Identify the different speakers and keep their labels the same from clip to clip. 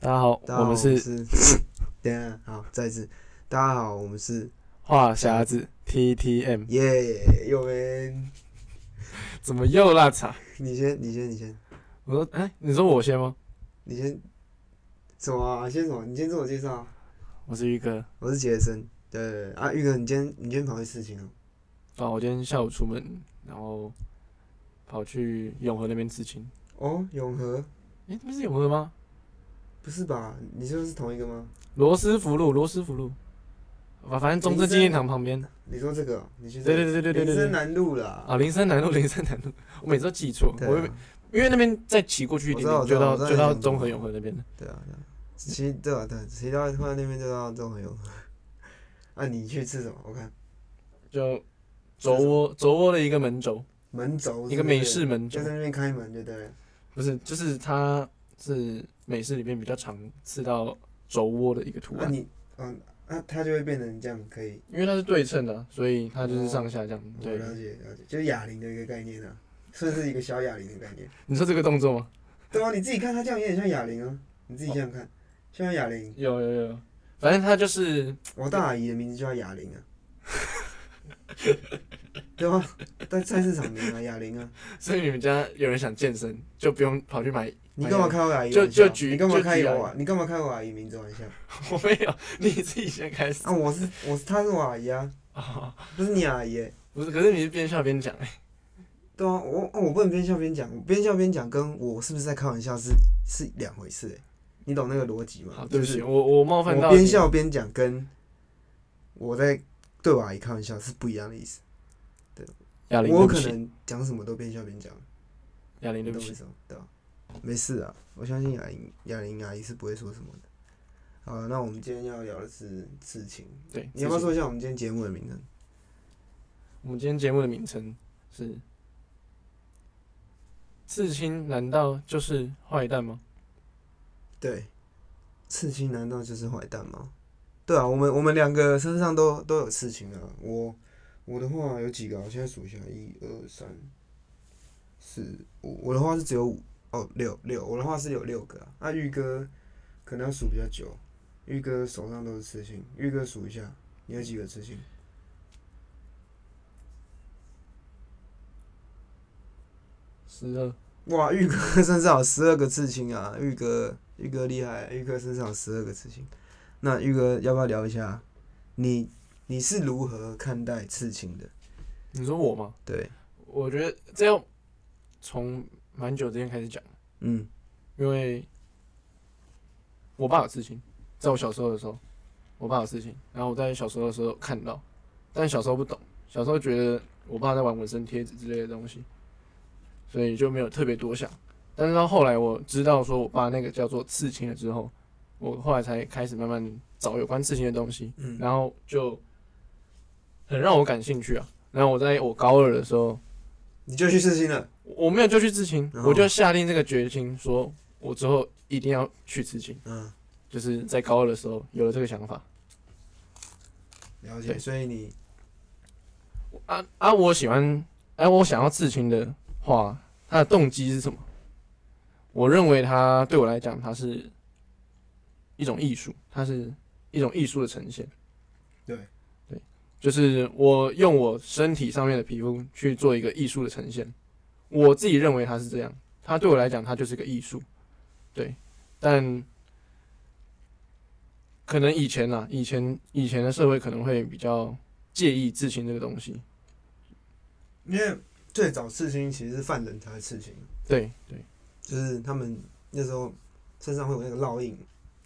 Speaker 1: 大家好，
Speaker 2: 大家
Speaker 1: 我
Speaker 2: 好，
Speaker 1: 们是
Speaker 2: 等一下好，再一次，大家好，我们是
Speaker 1: 话匣子 TTM，
Speaker 2: 耶，右边，
Speaker 1: 怎么又拉差？
Speaker 2: 你先，你先，你先，
Speaker 1: 我说，哎、你说我先吗？
Speaker 2: 你先，什么啊？先什么？你先自我介绍啊。
Speaker 1: 我是玉哥。
Speaker 2: 我是杰森，对对对啊，玉哥，你今天你今天跑去事情哦，
Speaker 1: 啊，我今天下午出门，然后跑去永和那边刺青。
Speaker 2: 哦，永和
Speaker 1: 哎、这不是永和吗？
Speaker 2: 不是吧？你说的是同一个吗？
Speaker 1: 罗斯福路，罗斯福路，啊反反正中正纪念堂旁边
Speaker 2: 你说这个哦，你去
Speaker 1: 对对对对对对
Speaker 2: 林
Speaker 1: 对
Speaker 2: 森南路啦。
Speaker 1: 啊，林森南路，林森南路，我每次都记错，
Speaker 2: 对
Speaker 1: 我
Speaker 2: 啊
Speaker 1: 因为，因为那边再骑过去一点点
Speaker 2: 我知
Speaker 1: 就
Speaker 2: 道
Speaker 1: 到
Speaker 2: 我知道
Speaker 1: 就到
Speaker 2: 我知道
Speaker 1: 中和永和那边了。
Speaker 2: 对啊，对啊，其实对啊，对啊，其他突然那边就到中和永和。 啊，你去吃什么？我看
Speaker 1: 就肘窝肘窝的一个门轴，
Speaker 2: 门轴
Speaker 1: 一个美式门轴
Speaker 2: 就，在那边开门就对了。
Speaker 1: 不是，就是它是美式里面比较常刺到肘窝的一个图
Speaker 2: 啊
Speaker 1: 案，
Speaker 2: 你，嗯，啊，它就会变成这样，可以，
Speaker 1: 因为它是对称的啊，所以它就是上下这样。
Speaker 2: 我
Speaker 1: 对，
Speaker 2: 了解了解，就是哑铃的一个概念啊，算是一个小哑铃的概念。
Speaker 1: 你说这个动作吗？
Speaker 2: 对啊，你自己看它这样有点像哑铃啊，你自己这样看，像哑铃。
Speaker 1: 有有有，反正它就是
Speaker 2: 我大阿姨的名字就叫哑 铃啊，对吧？在菜市场名啊，哑铃啊，
Speaker 1: 所以你们家有人想健身，就不用跑去买。
Speaker 2: 你干嘛开我阿姨玩笑？
Speaker 1: 哎就就举
Speaker 2: 你干嘛
Speaker 1: 就举
Speaker 2: 开
Speaker 1: 哑
Speaker 2: 我啊？你干嘛开我阿姨名字玩笑？
Speaker 1: 我没有，你自己先开始
Speaker 2: 啊，我是我是她是我阿姨啊，
Speaker 1: 啊、
Speaker 2: 不是你阿姨欸、
Speaker 1: 不是，可是你是边笑边讲、欸，
Speaker 2: 对啊，我哦我不能边笑边讲，我边笑边讲跟我是不是在开玩笑是是两回事、欸，你懂那个逻辑吗？
Speaker 1: 好，对不
Speaker 2: 就是
Speaker 1: 起，我我冒犯到
Speaker 2: 我
Speaker 1: 你
Speaker 2: 边笑边讲跟我在对我阿姨开玩笑是不一样的意思。
Speaker 1: 哑铃，
Speaker 2: 我
Speaker 1: 对
Speaker 2: 有
Speaker 1: 不
Speaker 2: 可
Speaker 1: 起，
Speaker 2: 能讲什么都边笑边讲，
Speaker 1: 哑铃，对
Speaker 2: 你
Speaker 1: 不
Speaker 2: 懂我意
Speaker 1: 起，
Speaker 2: 思吗？对吧、没事啊，我相信雅玲雅玲阿姨是不会说什么的。好了，那我们今天要聊的是刺青，
Speaker 1: 对，
Speaker 2: 你要不要
Speaker 1: 自己
Speaker 2: 说一下我们今天节目的名称？
Speaker 1: 我们今天节目的名称是“刺青难道就是坏蛋吗
Speaker 2: 对，刺青难道就是坏蛋吗？对啊，我们我们两个身上都都有刺青啊。我我的话有几个啊、我现在数一下，一二三四五。我的话是只有五哦，六六。我的话是有六个啊。那、玉哥可能要数比较久，玉哥手上都是刺青。玉哥数一下，你有几个刺青？”？
Speaker 1: 十二，
Speaker 2: 哇，玉哥 身上有十二个刺青啊！玉哥，玉哥厉害，玉哥身上有十二个刺青。那玉哥要不要聊一下，你你是如何看待刺青的？
Speaker 1: 你说我吗？
Speaker 2: 对，
Speaker 1: 我觉得这要从蛮久之前开始讲，
Speaker 2: 嗯，
Speaker 1: 因为我爸有刺青，在我小时候的时候，我爸有刺青，然后我在小时候的时候看到，但小时候不懂，小时候觉得我爸在玩纹身贴纸之类的东西，所以就没有特别多想。但是到后来我知道说我爸那个叫做刺青了之后，我后来才开始慢慢找有关刺青的东西，
Speaker 2: 嗯
Speaker 1: 然后就很让我感兴趣啊。然后我在我高二的时候，
Speaker 2: 你就去刺青了。
Speaker 1: 我没有就去刺青，
Speaker 2: 然后
Speaker 1: 我就下定这个决心，说我之后一定要去刺青。
Speaker 2: 嗯，
Speaker 1: 就是在高二的时候有了这个想法
Speaker 2: 了
Speaker 1: 对
Speaker 2: 解。所以你
Speaker 1: 啊啊！我喜欢哎、我想要刺青的话，它的动机是什么？我认为它对我来讲，它是一种艺术，它是一种艺术的呈现。
Speaker 2: 对
Speaker 1: 对，就是我用我身体上面的皮肤去做一个艺术的呈现，我自己认为它是这样，它对我来讲，它就是个艺术。对，但可能以前啊，以前以前的社会可能会比较介意自行这个东西。
Speaker 2: 因为最早刺青其实是犯人才会刺青，
Speaker 1: 对对
Speaker 2: 就是他们那时候身上会有那个烙印，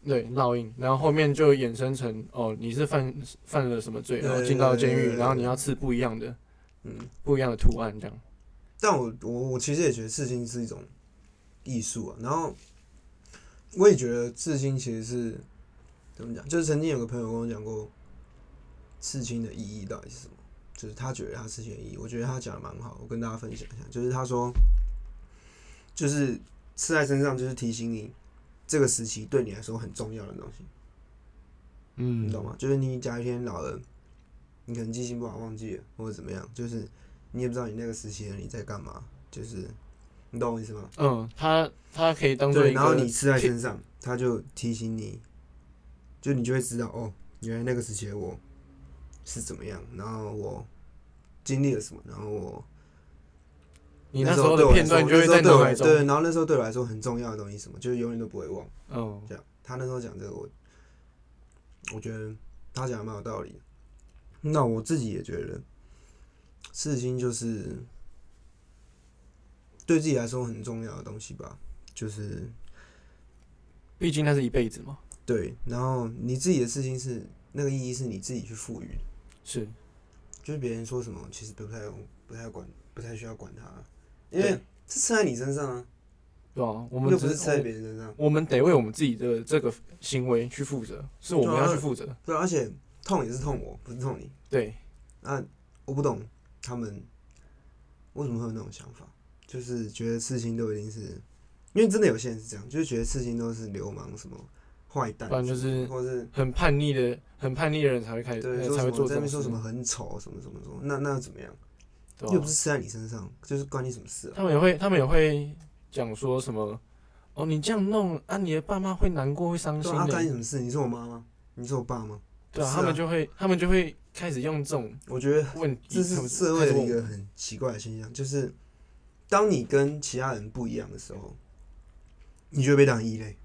Speaker 1: 对，烙印，然后后面就衍生成哦，你是犯犯了什么罪，
Speaker 2: 对
Speaker 1: 然后进到监
Speaker 2: 对对
Speaker 1: 狱，
Speaker 2: 对
Speaker 1: 然后你要刺不一样的
Speaker 2: 嗯。
Speaker 1: 不一样的图案这样。
Speaker 2: 但我我我其实也觉得刺青是一种艺术啊，然后我也觉得刺青其实是怎么讲，就是曾经有个朋友跟我讲过，刺青的意义到底是什么？就是他觉得他刺青的意义，我觉得他讲的蛮好，我跟大家分享一下，就是他说，就是刺在身上就是提醒你这个时期对你来说很重要的东西，
Speaker 1: 嗯
Speaker 2: 你懂吗？？就是你假如一天老了，你可能记性不好，忘记了或者怎么样，就是你也不知道你那个时期的你在干嘛，就是你懂我意思吗？
Speaker 1: 嗯，它它可以当做
Speaker 2: 对，
Speaker 1: 一
Speaker 2: 然后
Speaker 1: 个
Speaker 2: 你吃在身上，他就提醒你，就你就会知道哦，原来那个时期的我是怎么样，然后我经历了什么，然后我
Speaker 1: 你那时
Speaker 2: 候
Speaker 1: 候
Speaker 2: 对
Speaker 1: 的
Speaker 2: 我来
Speaker 1: 片
Speaker 2: 说，
Speaker 1: 段就会
Speaker 2: 那
Speaker 1: 在
Speaker 2: 时候
Speaker 1: 脑
Speaker 2: 对
Speaker 1: 海
Speaker 2: 我
Speaker 1: 中。
Speaker 2: 对，然后那时候对我来说很重要的东西，什么就是永远都不会忘。
Speaker 1: 嗯，
Speaker 2: 这样，他那时候讲这个，我我觉得他讲的蛮有道理的。那我自己也觉得，事情就是对自己来说很重要的东西吧，就是
Speaker 1: 毕竟那是一辈子嘛。
Speaker 2: 对，然后你自己的事情是那个意义是你自己去赋予的，
Speaker 1: 是，
Speaker 2: 就是别人说什么其实不太用不太管不太需要管他，因
Speaker 1: 对
Speaker 2: 为是吃在你身上啊，
Speaker 1: 对啊，我们
Speaker 2: 又
Speaker 1: 只
Speaker 2: 不是吃在
Speaker 1: 我
Speaker 2: 别人身上。
Speaker 1: 我们得为我们自己的这个行为去负责，是我们
Speaker 2: 对啊
Speaker 1: 要去负责。
Speaker 2: 对啊，而且痛也是痛我，不是痛你。
Speaker 1: 对，
Speaker 2: 那我不懂他们为什么会有那种想法，就是觉得事情都已经是，因为真的有些人是这样，就是觉得事情都是流氓什么坏蛋
Speaker 1: 不，然就是
Speaker 2: 或是
Speaker 1: 很叛逆的、很叛逆的人才会开始
Speaker 2: 对
Speaker 1: 呃
Speaker 2: 说
Speaker 1: 才
Speaker 2: 什
Speaker 1: 会
Speaker 2: 么
Speaker 1: 做
Speaker 2: 在
Speaker 1: 这
Speaker 2: 那
Speaker 1: 种事
Speaker 2: 边说什么，很丑什么什么什么，那那又怎么样？
Speaker 1: 对
Speaker 2: 又
Speaker 1: 啊
Speaker 2: 不是吃在你身上，就是关你什么事啊？
Speaker 1: 他们也会，他们也会讲说什么哦，你这样弄啊，你的爸妈会难过、会伤
Speaker 2: 对
Speaker 1: 心
Speaker 2: 啊，啊
Speaker 1: 的
Speaker 2: 干。你什么事？你是我妈吗？你是我爸吗？
Speaker 1: 对
Speaker 2: 是
Speaker 1: 啊，
Speaker 2: 啊
Speaker 1: 他们就会，他们就会开始用这种
Speaker 2: 我觉得
Speaker 1: 问题，
Speaker 2: 这
Speaker 1: 他
Speaker 2: 是
Speaker 1: 们
Speaker 2: 社会
Speaker 1: 开
Speaker 2: 的
Speaker 1: 始
Speaker 2: 一
Speaker 1: 问
Speaker 2: 个很奇怪的现象，就是当你跟其他人不一样的时候，你就会被当异类。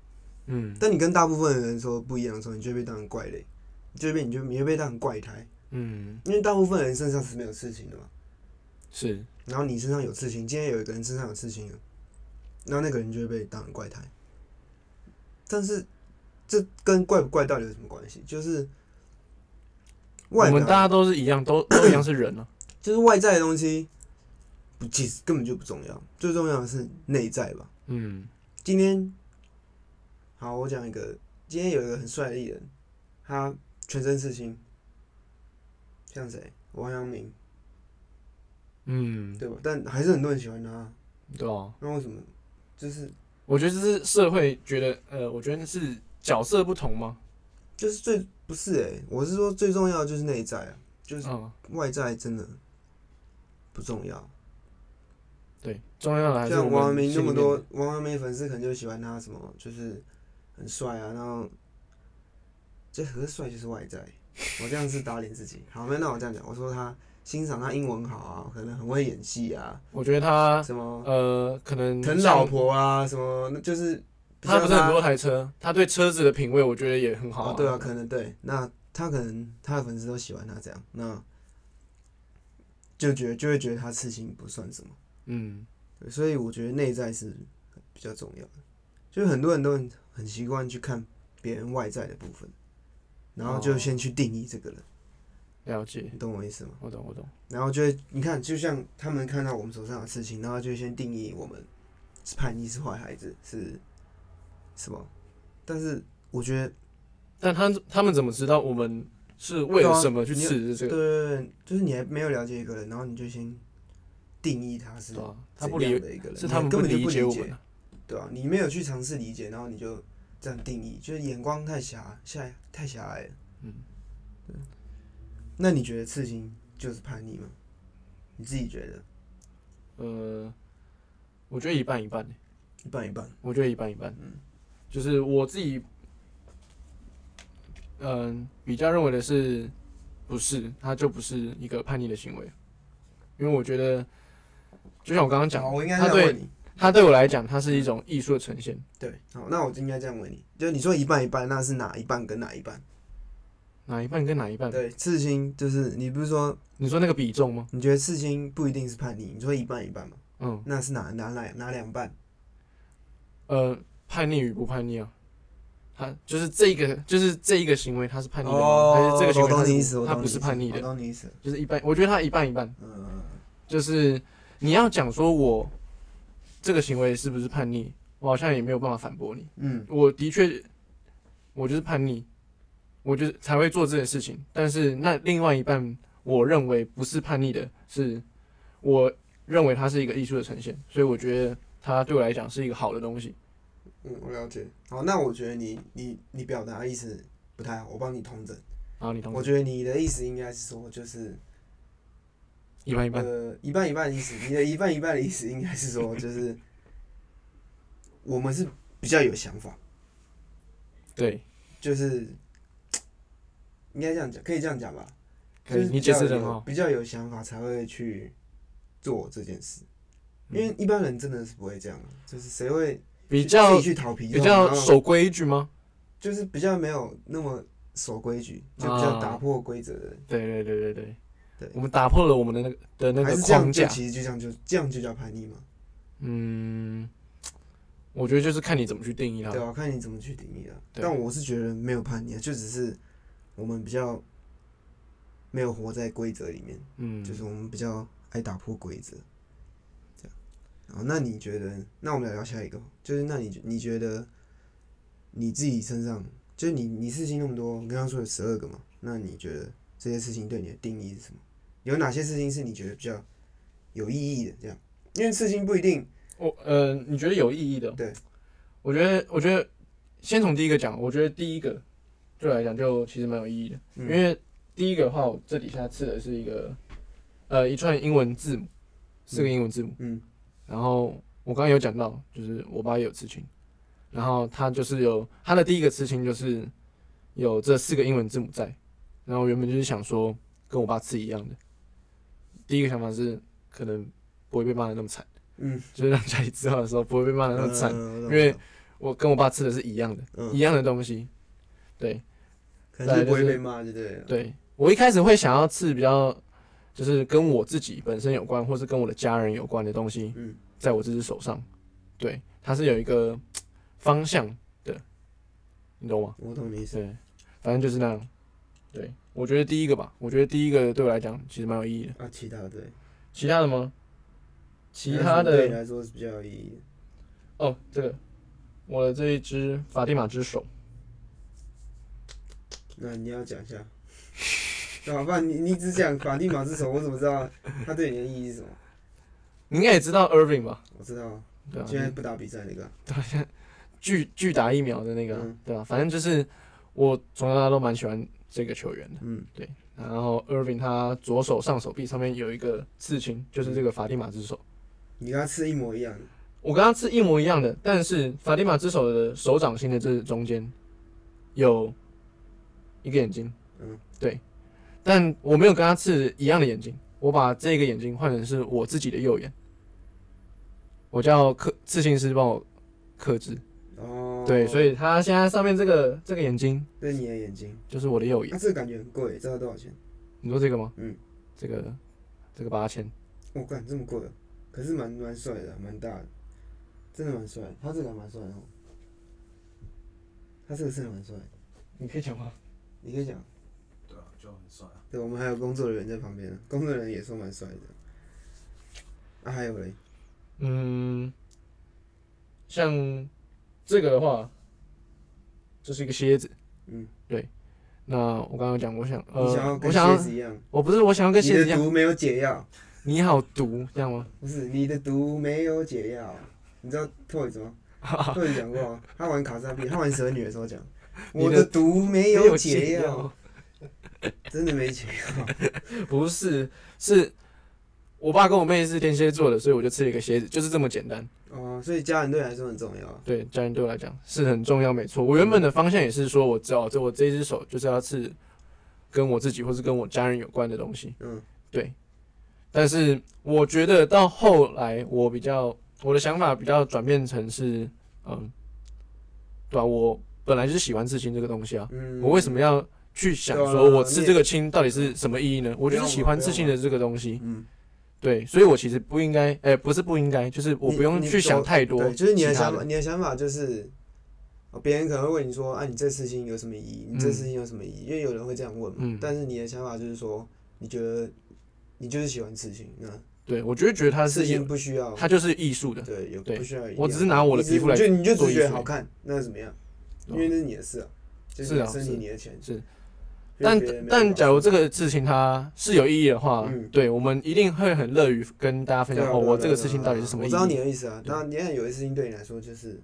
Speaker 1: 嗯
Speaker 2: 但你跟大部分的人说不一样的时候，你就会被当成怪类，你就会被你就你会被当成怪胎，
Speaker 1: 嗯
Speaker 2: 因为大部分人身上是没有事情的嘛。
Speaker 1: 是
Speaker 2: 然后你身上有事情，今天有一个人身上有事情了，然后那个人就会被当成怪胎。但是这跟怪不怪到底有什么关系？就是
Speaker 1: 我
Speaker 2: 外
Speaker 1: 们
Speaker 2: 表
Speaker 1: 大家都是一样， 都都一样是人啊。
Speaker 2: 就是外在的东西，不其实根本就不重要，最重要的是内在吧。
Speaker 1: 嗯
Speaker 2: 今天，好，我讲一个，今天有一个很帅的艺人，他全身刺青，像谁？王阳明，
Speaker 1: 嗯，
Speaker 2: 对吧？但还是很多人喜欢他，
Speaker 1: 对啊，
Speaker 2: 那为什么？就是
Speaker 1: 我觉得这是社会觉得，呃，我觉得是角色不同嘛。
Speaker 2: 就是最不是哎、我是说最重要的就是内在啊，就是
Speaker 1: 嗯，
Speaker 2: 外在真的不重要。
Speaker 1: 对，重要的还是
Speaker 2: 像
Speaker 1: 啊我
Speaker 2: 王阳
Speaker 1: 们
Speaker 2: 明那
Speaker 1: 心里
Speaker 2: 么
Speaker 1: 面
Speaker 2: 多
Speaker 1: 的，
Speaker 2: 王阳明粉丝可能就喜欢他什么，就是很帅啊，然后这和帅就是外在。我这样是打脸自己。好，没有，那我这样讲，我说他欣赏他英文好啊，可能很会演戏啊，
Speaker 1: 我觉得他
Speaker 2: 什么
Speaker 1: 呃，可能
Speaker 2: 疼
Speaker 1: 像
Speaker 2: 老婆啊，什么那就是比
Speaker 1: 他
Speaker 2: 较
Speaker 1: 不是很多台车，他对车子的品味我觉得也很好、
Speaker 2: 啊，对啊，可能对，那他可能他的粉丝都喜欢他这样，那就觉得就会觉得他刺青不算什么。
Speaker 1: 嗯，
Speaker 2: 对，所以我觉得内在是比较重要的，就是很多人都很很习惯去看别人外在的部分，然后就
Speaker 1: 哦
Speaker 2: 先去定义这个人，
Speaker 1: 了解
Speaker 2: 你，懂我意思吗？
Speaker 1: 我懂，我懂，
Speaker 2: 然后就会你看，就像他们看到我们手上的事情，然后就会先定义我们是叛逆、是坏孩子、是什么，但是我觉得
Speaker 1: 但他他们怎么知道我们是为了
Speaker 2: 对啊
Speaker 1: 什么去
Speaker 2: 你
Speaker 1: 刺激这个？
Speaker 2: 对对对，就是你还没有了解一个人，然后你就先定义他是
Speaker 1: 对啊，他
Speaker 2: 怎
Speaker 1: 不
Speaker 2: 样
Speaker 1: 理，
Speaker 2: 的一个人，
Speaker 1: 是
Speaker 2: 你
Speaker 1: 他们
Speaker 2: 根本就
Speaker 1: 理
Speaker 2: 解
Speaker 1: 我们啊。
Speaker 2: 对啊，你没有去尝试理解，然后你就这样定义，就是眼光太狭狭太狭隘了。啊
Speaker 1: 嗯，
Speaker 2: 那你觉得刺青就是叛逆吗？你自己觉得
Speaker 1: 呃，我觉得一半一半，
Speaker 2: 一半一半？
Speaker 1: 我觉得一半一半，
Speaker 2: 嗯
Speaker 1: 就是我自己，嗯、比较认为的是，不是，他就不是一个叛逆的行为，因为我觉得，就像我刚刚讲
Speaker 2: 好，，我应该这
Speaker 1: 他
Speaker 2: 样问
Speaker 1: 对
Speaker 2: 你。
Speaker 1: 他对我来讲，它是一种艺术的呈现。
Speaker 2: 对，好，那我就应该这样问你，就是你说一半一半，那是哪一半跟哪一半？
Speaker 1: 哪一半跟哪一半？
Speaker 2: 对，刺青就是你不是说
Speaker 1: 你说那个比重吗？
Speaker 2: 你觉得刺青不一定是叛逆，你说一半一半嘛？
Speaker 1: 嗯，
Speaker 2: 那是哪哪哪哪两半？
Speaker 1: 呃，叛逆与不叛逆啊，他就是这一个，就是这一个行为，他是叛逆的吗？还是这个行
Speaker 2: 哦我
Speaker 1: 为他
Speaker 2: 懂
Speaker 1: 是
Speaker 2: 你意思，我
Speaker 1: 他
Speaker 2: 懂你
Speaker 1: 不
Speaker 2: 意
Speaker 1: 是
Speaker 2: 思
Speaker 1: 叛逆
Speaker 2: 我
Speaker 1: 的，
Speaker 2: 懂你意思。
Speaker 1: 就是一半。我觉得他一半一半，
Speaker 2: 嗯，
Speaker 1: 就是你要讲说我这个行为是不是叛逆，我好像也没有办法反驳你。
Speaker 2: 嗯，
Speaker 1: 我的确，我就是叛逆，我就是才会做这件事情。但是那另外一半，我认为不是叛逆的，是我认为它是一个艺术的呈现，所以我觉得它对我来讲是一个好的东西。
Speaker 2: 嗯，我了解。好，那我觉得你你你表达的意思不太好，我帮你通整。
Speaker 1: 然后你同
Speaker 2: 我
Speaker 1: 意
Speaker 2: 觉得你的意思应该是说，就是
Speaker 1: 一般一般，
Speaker 2: 呃一半一半的意思，你的一半一半的意思应该是说，就是 我们是比较有想法，
Speaker 1: 对，
Speaker 2: 就是应该这样讲，可以这样讲吧？
Speaker 1: 可以，
Speaker 2: 就是
Speaker 1: 你
Speaker 2: 比
Speaker 1: 解
Speaker 2: 较
Speaker 1: 释的很
Speaker 2: 有
Speaker 1: 好。
Speaker 2: 比较有想法才会去做这件事，因为
Speaker 1: 嗯
Speaker 2: 一般人真的是不会这样啊，就是谁会
Speaker 1: 比
Speaker 2: 去
Speaker 1: 较
Speaker 2: 自己去讨皮肉，
Speaker 1: 比较
Speaker 2: 然后
Speaker 1: 守规矩吗？
Speaker 2: 就是比较没有那么守规矩，就比较
Speaker 1: 啊
Speaker 2: 打破规则的人，
Speaker 1: 对对对对对，
Speaker 2: 对
Speaker 1: 我们打破了我们的那个的那
Speaker 2: 还
Speaker 1: 个
Speaker 2: 是这样
Speaker 1: 框
Speaker 2: 就
Speaker 1: 架。
Speaker 2: 其实就这样就这样就叫叛逆嘛，
Speaker 1: 嗯，我觉得就是看你怎么去定义它
Speaker 2: 对。吧、啊？看你怎么去定义了。
Speaker 1: 对
Speaker 2: 但我是觉得没有叛逆啊，就只是我们比较没有活在规则里面，
Speaker 1: 嗯，
Speaker 2: 就是我们比较爱打破规则，这样。好，那你觉得？那我们来聊下一个，就是那你你觉得你自己身上，就是你你事情那么多，我刚刚说有十二个嘛，那你觉得这些事情对你的定义是什么？有哪些事情是你觉得比较有意义的？这样，因为事情不一定
Speaker 1: 我呃，你觉得有意义的？
Speaker 2: 对，
Speaker 1: 我觉得，我觉得先从第一个讲，我觉得第一个对我来讲就其实蛮有意义的，
Speaker 2: 嗯
Speaker 1: 因为第一个的话，我这底下刺的是一个呃一串英文字母，四个英文字母。
Speaker 2: 嗯
Speaker 1: 然后我刚刚有讲到，就是我爸也有刺青，然后他就是有他的第一个刺青就是有这四个英文字母在，然后我原本就是想说跟我爸刺一样的，第一个想法是可能不会被骂的那么惨，
Speaker 2: 嗯，
Speaker 1: 就是让家里知道的时候不会被骂的那么惨。
Speaker 2: 嗯
Speaker 1: 因为我跟我爸吃的是一样的，
Speaker 2: 嗯
Speaker 1: 一样的东西。对
Speaker 2: 可能就不会
Speaker 1: 就是
Speaker 2: 被骂，对不对了？
Speaker 1: 对，我一开始会想要吃比较，就是跟我自己本身有关，或是跟我的家人有关的东西，
Speaker 2: 嗯，
Speaker 1: 在我这只手上，对，它是有一个方向的，你懂吗？
Speaker 2: 我懂你意思。
Speaker 1: 对，反正就是那样。对，我觉得第一个吧，我觉得第一个对我来讲其实蛮有意义的。
Speaker 2: 啊，其他的对，
Speaker 1: 其他的吗？其他
Speaker 2: 但是对
Speaker 1: 的
Speaker 2: 你来说是比较有意义的。
Speaker 1: 哦，这个我的这一只法蒂玛之手，
Speaker 2: 那你要讲一下，对吧？不然你你只讲法蒂玛之手，我怎么知道它对你的意义是什么？
Speaker 1: 你应该也知道 Irving 吧？
Speaker 2: 我知道，
Speaker 1: 对啊，
Speaker 2: 现在不打比赛那个，
Speaker 1: 巨巨打疫苗的那个啊、
Speaker 2: 嗯
Speaker 1: 对吧、反正就是我从小到大都蛮喜欢这个球员的。
Speaker 2: 嗯，
Speaker 1: 然后 Irving 他左手上手臂上面有一个刺青，就是这个法蒂玛之手。
Speaker 2: 你跟他吃一模一样的，
Speaker 1: 我跟他是一模一样的，但是法蒂玛之手的手掌心的这中间有一个眼睛，
Speaker 2: 嗯，
Speaker 1: 对，但我没有跟他刺一样的眼睛，我把这个眼睛换成是我自己的右眼。我叫克刺青师帮我克制，
Speaker 2: 哦，
Speaker 1: 对，所以他现在上面这个这个眼睛
Speaker 2: 这是你的眼睛，
Speaker 1: 就是我的右眼
Speaker 2: 啊那、。这个感觉很贵，知道多少钱？
Speaker 1: 你说这个吗？
Speaker 2: 嗯，
Speaker 1: 这个这个八千，
Speaker 2: 我干这么贵啊，可是蛮蛮帅的，蛮大的，真的蛮帅，他这个还蛮帅的哦，他这个真的蛮帅的，
Speaker 1: 你可以讲吗？
Speaker 2: 你可以讲。
Speaker 3: 对啊，就很帅啊。
Speaker 2: 对，我们还有工作人员在旁边，工作人员也说蛮帅的。啊，还有嘞，
Speaker 1: 嗯，像这个的话，这是一个蝎子。
Speaker 2: 嗯，
Speaker 1: 那我刚刚讲，我想呃
Speaker 2: 你想要，
Speaker 1: 我
Speaker 2: 跟
Speaker 1: 想
Speaker 2: 蝎
Speaker 1: 要，
Speaker 2: 子一样，
Speaker 1: 我不是我想要跟
Speaker 2: 你
Speaker 1: 蝎子一
Speaker 2: 的
Speaker 1: 样，
Speaker 2: 毒没有解药，
Speaker 1: 你好毒，这样吗？
Speaker 2: 不是你的毒没有解药。你知道 Toys 吗？Toys 讲过啊，他玩卡莎比，他玩蛇女的时候讲，
Speaker 1: 你的
Speaker 2: 我的毒没有解药，
Speaker 1: 药，
Speaker 2: 真的没解药。
Speaker 1: 不是，是我爸跟我妹是天蝎座的，所以我就吃了一个蝎子，就是这么简单。
Speaker 2: 哦，所以家人对你来说很重要啊。
Speaker 1: 对家人对我来讲是很重要，没错。我原本的方向也是说，我知道这我这只手就是要刺跟我自己或是跟我家人有关的东西，
Speaker 2: 嗯，
Speaker 1: 对。但是我觉得到后来，我比较我的想法比较转变成是，嗯，对吧、我本来就是喜欢刺青这个东西啊，
Speaker 2: 嗯，
Speaker 1: 我为什么要去想
Speaker 2: 对啊
Speaker 1: 说我
Speaker 2: 你
Speaker 1: 刺
Speaker 2: 也
Speaker 1: 这个青到底是什么意
Speaker 2: 啊
Speaker 1: 义呢？我就是喜欢刺青的这个东西，
Speaker 2: 嗯，
Speaker 1: 对，所以我其实不应该，哎、不是不应该，就是我
Speaker 2: 你
Speaker 1: 不用
Speaker 2: 你
Speaker 1: 去想
Speaker 2: 走
Speaker 1: 太多
Speaker 2: 对，就是你的
Speaker 1: 其他
Speaker 2: 想法，你的想法就是，哦别人可能会问你说，啊，你这事情有什么意义？你这
Speaker 1: 嗯
Speaker 2: 事情有什么意义？因为有人会这样问嘛。
Speaker 1: 嗯
Speaker 2: 但是你的想法就是说，你觉得你就是喜欢刺青，那
Speaker 1: 对，我就会觉得它是
Speaker 2: 刺
Speaker 1: 一
Speaker 2: 青不需要，
Speaker 1: 它就是艺术的，
Speaker 2: 对，有
Speaker 1: 对
Speaker 2: 不需哦要一定要。
Speaker 1: 我只是拿我的
Speaker 2: 你只
Speaker 1: 皮肤来
Speaker 2: 你就你就
Speaker 1: 做
Speaker 2: 只
Speaker 1: 衣
Speaker 2: 觉得
Speaker 1: 服
Speaker 2: 好看，那又怎么样？
Speaker 1: 对啊
Speaker 2: 因为那是你的事啊，就是
Speaker 1: 是
Speaker 2: 你的
Speaker 1: 啊
Speaker 2: 身体、
Speaker 1: 是
Speaker 2: 你的钱。
Speaker 1: 是
Speaker 2: 因为
Speaker 1: 但
Speaker 2: 别人没有
Speaker 1: 但
Speaker 2: 办法
Speaker 1: 假如这个事情它是有意义的话，
Speaker 2: 嗯
Speaker 1: 对我们一定会很乐于跟大家分
Speaker 2: 对
Speaker 1: 享
Speaker 2: 啊
Speaker 1: 哦，
Speaker 2: 对啊
Speaker 1: 我
Speaker 2: 对啊
Speaker 1: 这个
Speaker 2: 对啊
Speaker 1: 事情
Speaker 2: 对啊
Speaker 1: 到底是什么意
Speaker 2: 我知道你
Speaker 1: 义？
Speaker 2: 的意思啊，当然，你看有些事情对你来说就是，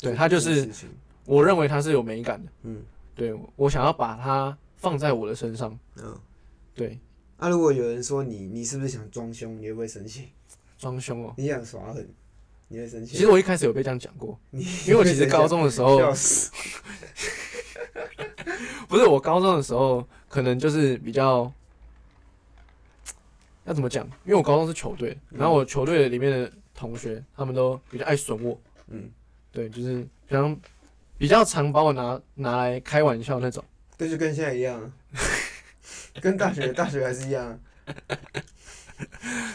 Speaker 1: 对它就是
Speaker 2: 事情，
Speaker 1: 我认为它是有美感的，
Speaker 2: 嗯
Speaker 1: 对我想要把它放在我的身上，
Speaker 2: 嗯。
Speaker 1: 对，
Speaker 2: 啊，如果有人说你，你是不是想装凶？你会不会生气？
Speaker 1: 装凶哦，
Speaker 2: 你想耍狠？你会生气。
Speaker 1: 其实我一开始有被这样讲过，
Speaker 2: 你
Speaker 1: 因为 我其实高中的时候
Speaker 2: 笑死，
Speaker 1: 不是我高中的时候，可能就是比较要怎么讲？因为我高中是球队，然后我球队里面的同学他们都比较爱损我，
Speaker 2: 嗯，
Speaker 1: 对，就是比较比较常把我拿拿来开玩笑那种。
Speaker 2: 对，就跟现在一样啊， 跟大学大学还是一样啊。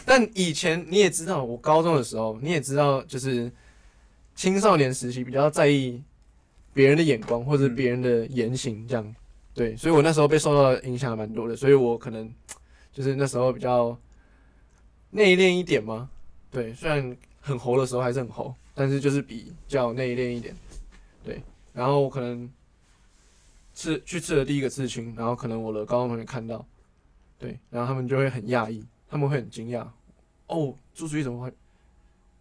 Speaker 1: 但以前你也知道，我高中的时候你也知道，就是青少年时期比较在意别人的眼光或者
Speaker 2: 嗯
Speaker 1: 别人的言行这样。对，所以我那时候被受到的影响还蛮多的，所以我可能就是那时候比较内敛一点嘛。对，虽然很猴的时候还是很猴，但是就是比较内敛一点。对，然后我可能刺去刺了第一个刺青，然后可能我的高中同学看到，对，然后他们就会很讶异，他们会很惊讶，哦，朱主义怎么会？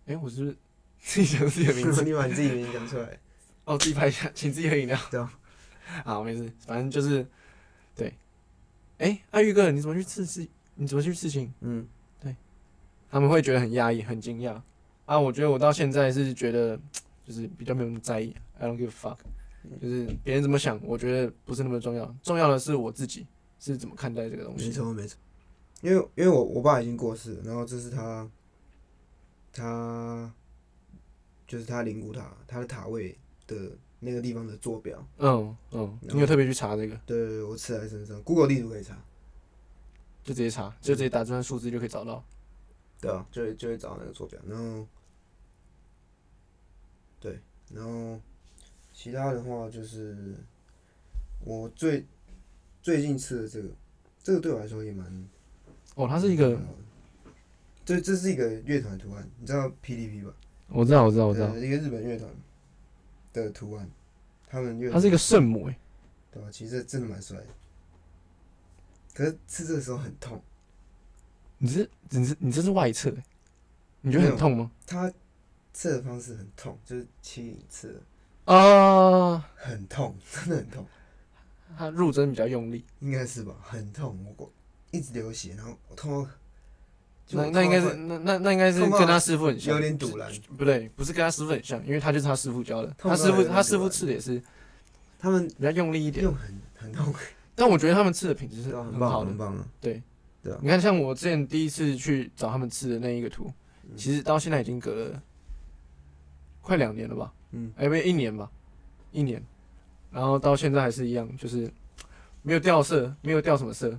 Speaker 1: 哎、我是不是自己讲自己的 名字？
Speaker 2: 你把你自己名字讲出来，
Speaker 1: 哦，自己拍一下， 请自己喝饮料。
Speaker 2: 对啊，
Speaker 1: 好，没事，反正就是，对。哎、阿玉哥，你怎么去刺青？你怎么去刺青？
Speaker 2: 嗯，
Speaker 1: 他们会觉得很压抑，很惊讶。啊，我觉得我到现在是觉得，就是比较没有那么在意，I don't give a fuck，就是
Speaker 2: 嗯
Speaker 1: 别人怎么想，我觉得不是那么重要，重要的是我自己是怎么看待这个东
Speaker 2: 没
Speaker 1: 西。
Speaker 2: 错没错。因为因为我我爸已经过世了，然后这是他，他就是他灵骨塔，他的塔位的那个地方的坐标，
Speaker 1: 嗯嗯，你有特别去查这个，
Speaker 2: 对对对，我刺在身上，Google 地图可以查，
Speaker 1: 就直接查，就直接打这段数字就可以找到。
Speaker 2: 对啊，就会就会找那个坐标，然后，对，然后其他的话就是我最最近吃的这个，这个对我来说也蛮，
Speaker 1: 哦，它是一个
Speaker 2: 蛮，好的这这是一个乐团图案，你知道 PDP 吧？
Speaker 1: 我知道，我知道，我知道，
Speaker 2: 对，一个日本乐团的图案，他们乐团
Speaker 1: 它是一个圣母，哎，
Speaker 2: 对吧、其实这真的蛮帅的，可是吃这个时候很痛，
Speaker 1: 你这你这你这是外侧，哎你觉得
Speaker 2: 没
Speaker 1: 很
Speaker 2: 有
Speaker 1: 痛吗？
Speaker 2: 他吃的方式很痛，就是吸引吃的
Speaker 1: 啊，
Speaker 2: 很痛，真的很痛。
Speaker 1: 它入针比较用力，
Speaker 2: 应该是吧，很痛，我过一直流血，然后我痛到，就
Speaker 1: 那
Speaker 2: 我
Speaker 1: 那应该
Speaker 2: 痛
Speaker 1: 是
Speaker 2: 到
Speaker 1: 那那那应该是
Speaker 2: 痛到啊
Speaker 1: 跟他师傅很像，
Speaker 2: 有点堵了。
Speaker 1: 不对，不是跟他师傅很像，因为他就是他师傅教的，
Speaker 2: 痛
Speaker 1: 他
Speaker 2: 到
Speaker 1: 师
Speaker 2: 有
Speaker 1: 傅
Speaker 2: 点
Speaker 1: 他师
Speaker 2: 堵
Speaker 1: 傅
Speaker 2: 然
Speaker 1: 刺的也是
Speaker 2: 他们
Speaker 1: 比较用力一点，
Speaker 2: 用很很痛，
Speaker 1: 但我觉得他们刺的品质是
Speaker 2: 对啊
Speaker 1: 很
Speaker 2: 很
Speaker 1: 好
Speaker 2: 棒，
Speaker 1: 的
Speaker 2: 很。棒啊！
Speaker 1: 对，
Speaker 2: 对啊
Speaker 1: 你看，像我之前第一次去找他们刺的那一个图，
Speaker 2: 嗯
Speaker 1: 其实到现在已经隔了快两年了吧，
Speaker 2: 嗯，
Speaker 1: 哎，不，一年吧，一年，然后到现在还是一样，就是没有掉色，没有掉什么色。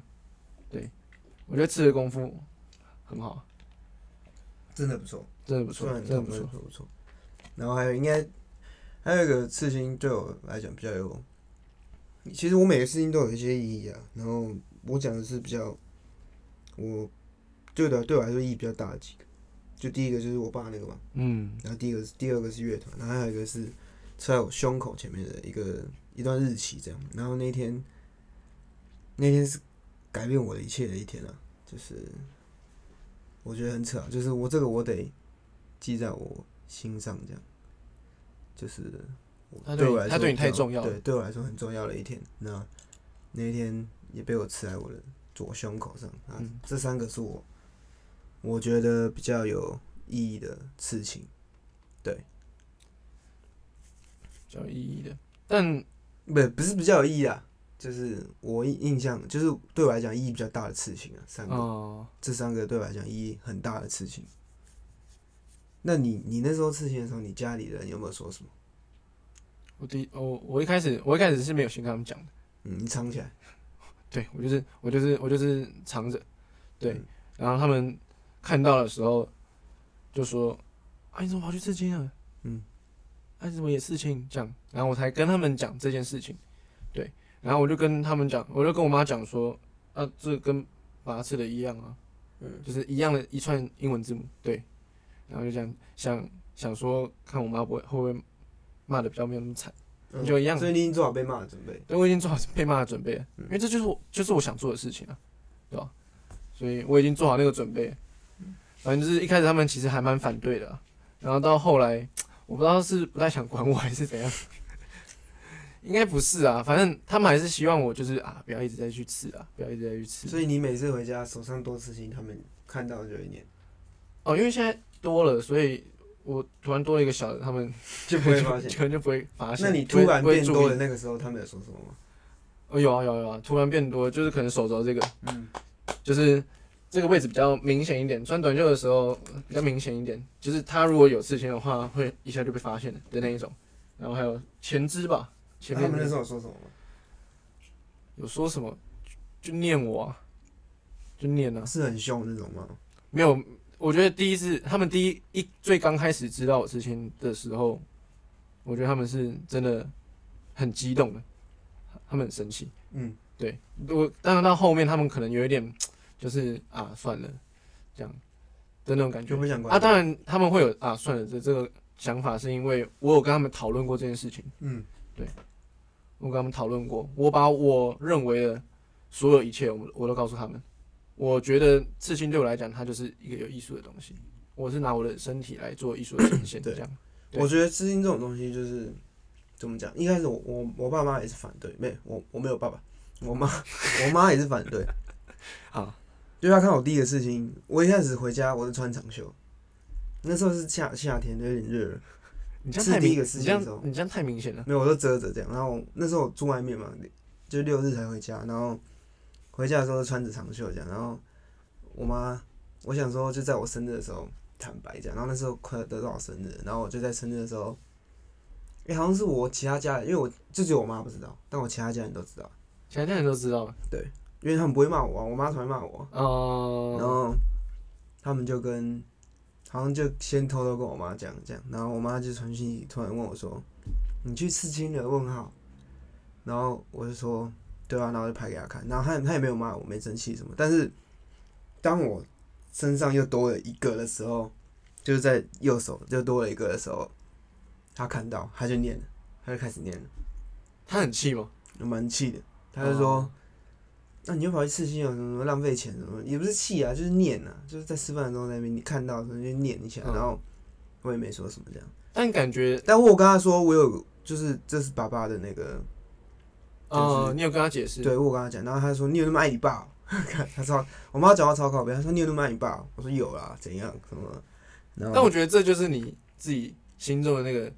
Speaker 1: 对，我觉得刺的功夫很好，
Speaker 2: 真的不错，
Speaker 1: 真的不
Speaker 2: 虽
Speaker 1: 错，
Speaker 2: 然
Speaker 1: 真
Speaker 2: 很
Speaker 1: 的
Speaker 2: 痛，
Speaker 1: 不
Speaker 2: 真的
Speaker 1: 错。
Speaker 2: 啊不错，不错。然后还有应该还有一个刺青对我来讲比较有，其实我每个事情都有一些意义啊。然后我讲的是比较，我对的对我来说意义比较大的几个，就第一个就是我爸那个嘛，
Speaker 1: 嗯，
Speaker 2: 然后第一个是第二个是乐团，然后还有一个是刺在我胸口前面的一个一段日期这样。然后那天那天是改变我的一切的一天啊，就是我觉得很扯啊，就是我这个我得记在我心上这样，就是我
Speaker 1: 他对
Speaker 2: 对我
Speaker 1: 你
Speaker 2: 来说
Speaker 1: 他对你太
Speaker 2: 比较
Speaker 1: 重要了
Speaker 2: 对对我来说很重要的一天。那那一天也被我刺在我的左胸口上啊，
Speaker 1: 嗯
Speaker 2: 这三个是我我觉得比较有意义的事情。
Speaker 1: 比较有意义的，但
Speaker 2: 嗯不不是比较有意义啊，就是我印印象就是对我来讲意义比较大的事情啊，三个、
Speaker 1: 哦，
Speaker 2: 这三个对我来讲意义很大的事情。那你你那时候刺青的时候，你家里人有没有说什么？
Speaker 1: 我第我我一开始我一开始是没有先跟他们讲的，
Speaker 2: 嗯，你藏起来，
Speaker 1: 对我就是我就是我就是藏着，对，
Speaker 2: 嗯
Speaker 1: 然后他们看到的时候就说：“啊，你怎么跑去刺青啊？
Speaker 2: 嗯，
Speaker 1: 啊，你怎么也刺青？”这样，然后我才跟他们讲这件事情，对，然后我就跟他们讲，我就跟我妈讲说：“啊，这跟把它刺的一样啊，
Speaker 2: 嗯，
Speaker 1: 就是一样的一串英文字母，对。”然后就这样想想说，看我妈不会会不会骂的比较没有那么惨。
Speaker 2: 嗯
Speaker 1: 就一样
Speaker 2: 所以你已经做好被骂的准备。
Speaker 1: 对，我已经做好被骂的准备了，
Speaker 2: 嗯
Speaker 1: 因为这就是我就是我想做的事情啊，对吧、所以我已经做好那个准备了。
Speaker 2: 嗯
Speaker 1: 反正就是一开始他们其实还蛮反对的啊、然后到后来我不知道是不太想管我还是怎样，应该不是啊，反正他们还是希望我就是啊不要一直在去吃啊，不要一直在去吃。
Speaker 2: 所以你每次回 家手上多刺青，他们看到就会念。
Speaker 1: 哦，因为现在多了，所以我突然多了一个小的，他们
Speaker 2: 就不会发现。
Speaker 1: 就就不会发现。
Speaker 2: 那你
Speaker 1: 不会
Speaker 2: 突然
Speaker 1: 不会
Speaker 2: 变
Speaker 1: 注
Speaker 2: 多
Speaker 1: 意
Speaker 2: 的那个时候，他们有说什么吗？
Speaker 1: 哦，有啊有啊有啊，突然变多，就是可能手肘这个，
Speaker 2: 嗯，
Speaker 1: 就是这个位置比较明显一点，穿短袖的时候比较明显一点，就是他如果有事情的话，会一下就被发现的的那一种。然后还有前肢吧，前
Speaker 2: 那他
Speaker 1: 面
Speaker 2: 们那
Speaker 1: 的
Speaker 2: 时候有说什么吗？
Speaker 1: 有说什么就就念我啊，就念啊，
Speaker 2: 是很凶那种吗？
Speaker 1: 没有。我觉得第一次他们第一一最刚开始知道我事情的时候，我觉得他们是真的很激动的，他们很生气。
Speaker 2: 嗯，
Speaker 1: 对我，当然到后面他们可能有一点，就是啊算了，这样的那种感觉
Speaker 2: 就不想管
Speaker 1: 啊。当然他们会有啊算了这这个想法，是因为我有跟他们讨论过这件事情，
Speaker 2: 嗯，
Speaker 1: 我跟他们讨论过，我把我认为的所有一切，我我都告诉他们。我觉得刺青对我来讲，它就是一个有艺术的东西，我是拿我的身体来做艺术的呈 现，
Speaker 2: 对
Speaker 1: 这样。对
Speaker 2: 我觉得刺青这种东西就是怎么讲？一开始我我我爸妈也是反对，没我我没有爸爸，我妈 我妈也是反对。
Speaker 1: 啊，
Speaker 2: 就他看我弟的事情，我一开始回家我是穿长袖，那时候是夏夏天，有点热了，
Speaker 1: 你这样
Speaker 2: 是
Speaker 1: 太
Speaker 2: 第一
Speaker 1: 明，
Speaker 2: 个
Speaker 1: 你
Speaker 2: 事
Speaker 1: 这
Speaker 2: 情的时
Speaker 1: 样
Speaker 2: 候
Speaker 1: 你这样太明显了。
Speaker 2: 没有我都遮着这样。然后我那时候我住外面嘛，就六日才回家，然后回家的时候穿着长袖这样。然后我妈，我想说就在我生日的时候坦白这样。然后那时候快得到我生日了，然后我就在生日的时候，哎、好像是我其他家人，因为我就只有我妈不知道，但我其他家人都知道，
Speaker 1: 其他家人都知道了，
Speaker 2: 因为他们不会骂我、啊，我妈才会骂我啊、
Speaker 1: 哦、
Speaker 2: 然后他们就跟，好像就先偷偷跟我妈讲讲，然后我妈就传讯息突然问我说：“嗯你去刺青了？”问号。然后我就说：“对啊。”然后就拍给她看，然后她也她也没有骂我，没生气什么。但是当我身上又多了一个的时候，就是在右手就多了一个的时候，她看到她就念了，她就开始念了，
Speaker 1: 他很气吗？
Speaker 2: 我蛮气的。她就说。
Speaker 1: 哦
Speaker 2: 那、你就跑去刺青有什么浪费钱什么，也不是气啊，就是念啊，就是在吃饭的时候在那边你看到的时候就念一下，
Speaker 1: 嗯
Speaker 2: 然后我也没说什么这样。
Speaker 1: 但感觉
Speaker 2: 但我有跟他说我有，就是这是爸爸的那个，
Speaker 1: 哦，你有跟他解释？
Speaker 2: 对我有跟他讲，然后他说你有那么爱你爸哦、 看他超，我妈讲话超靠背，他说你有那么爱你爸哦、我说有啦，怎样什么，然
Speaker 1: 但
Speaker 2: 后
Speaker 1: 我觉得这就是你自己心中的那个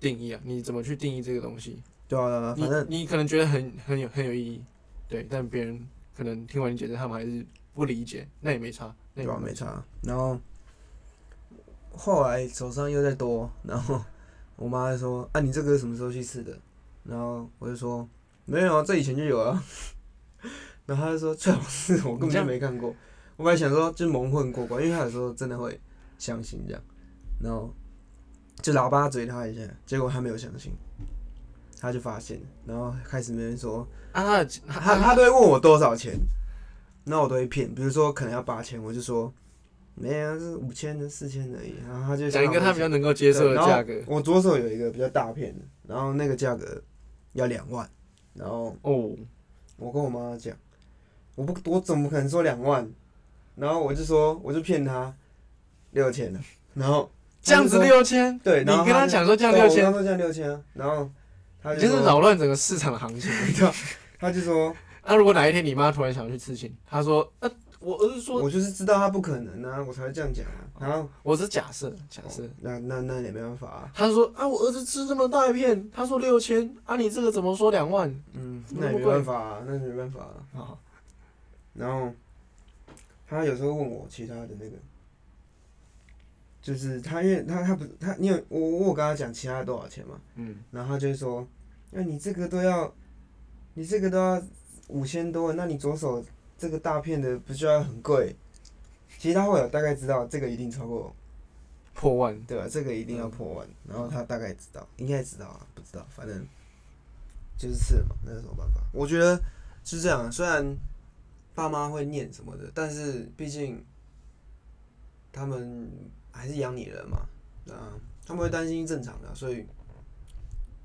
Speaker 1: 定义啊，你怎么去定义这个东西？
Speaker 2: 对啊对啊，
Speaker 1: 你
Speaker 2: 反正
Speaker 1: 你可能觉得很很有很有意义，对，但别人可能听完你解释，他们还是不理解，那也没差，那
Speaker 2: 对啊
Speaker 1: 也
Speaker 2: 吧、没差。然后后来手上又再多，然后我妈就说：“啊，你这个什么时候去刺的？”然后我就说：“没有啊，这以前就有啊。” 然后她就说：“最好是我根
Speaker 1: 你
Speaker 2: 本
Speaker 1: 这
Speaker 2: 就
Speaker 1: 样
Speaker 2: 没看过。”我本来想说就蒙混过关，因为她有时候真的会相信这样，然后就喇叭嘴她一下，结果她没有相信，她就发现了，然后开始没人说。
Speaker 1: 啊，他
Speaker 2: 他他都会问我多少钱，那我都会骗，比如说可能要八千，我就说没有啊，是五千的、四千的而已。然后他就
Speaker 1: 讲一个他比较能够接受的价格。
Speaker 2: 我左手有一个比较大片的，然后那个价格要两万，然后
Speaker 1: 哦，
Speaker 2: 我跟我妈讲，我不我怎么可能说两万？然后我就说我就骗他六千的，然后
Speaker 1: 这样子
Speaker 2: 他就
Speaker 1: 六千，
Speaker 2: 对，
Speaker 1: 你
Speaker 2: 然后
Speaker 1: 跟他
Speaker 2: 就
Speaker 1: 讲说这样
Speaker 2: 对
Speaker 1: 六
Speaker 2: 我跟
Speaker 1: 千
Speaker 2: 他，说这样六千啊，然后他
Speaker 1: 你
Speaker 2: 就
Speaker 1: 就是
Speaker 2: 说 啊
Speaker 1: 扰乱整个市场的行情。
Speaker 2: 他就说
Speaker 1: 那如果哪一天你妈突然想要去刺青，她说：“呃，我儿子说
Speaker 2: 我就是知道他不可能啊，我才会这样讲啊，然后。
Speaker 1: 我是假设，假设。
Speaker 2: 哦那那那也没办法啊，
Speaker 1: 他说啊，我儿子吃这么大一片，他说六千，啊，你这个怎么说两万？
Speaker 2: 嗯，
Speaker 1: 怎么
Speaker 2: 那
Speaker 1: 那
Speaker 2: 也
Speaker 1: 么
Speaker 2: 没
Speaker 1: 贵
Speaker 2: 办法啊，那也没办法啊。
Speaker 1: 啊，
Speaker 2: 然后他有时候问我其他的那个，就是他因为他他不他，你有我我有跟他讲其他的多少钱嘛，
Speaker 1: 嗯，
Speaker 2: 然后他就会说，那你这个都要，你这个都要五千多，那你左手这个大片的不就要很贵？其实他会有大概知道这个一定超过
Speaker 1: 破万，
Speaker 2: 对啊吧、这个一定要破万，然后他大概知道，应该知道啊，不知道，反正就是刺了嘛，那有什么办法？我觉得是这样，啊虽然爸妈会念什么的，但是毕竟他们还是养你人嘛，那他们会担心正常的啊、所以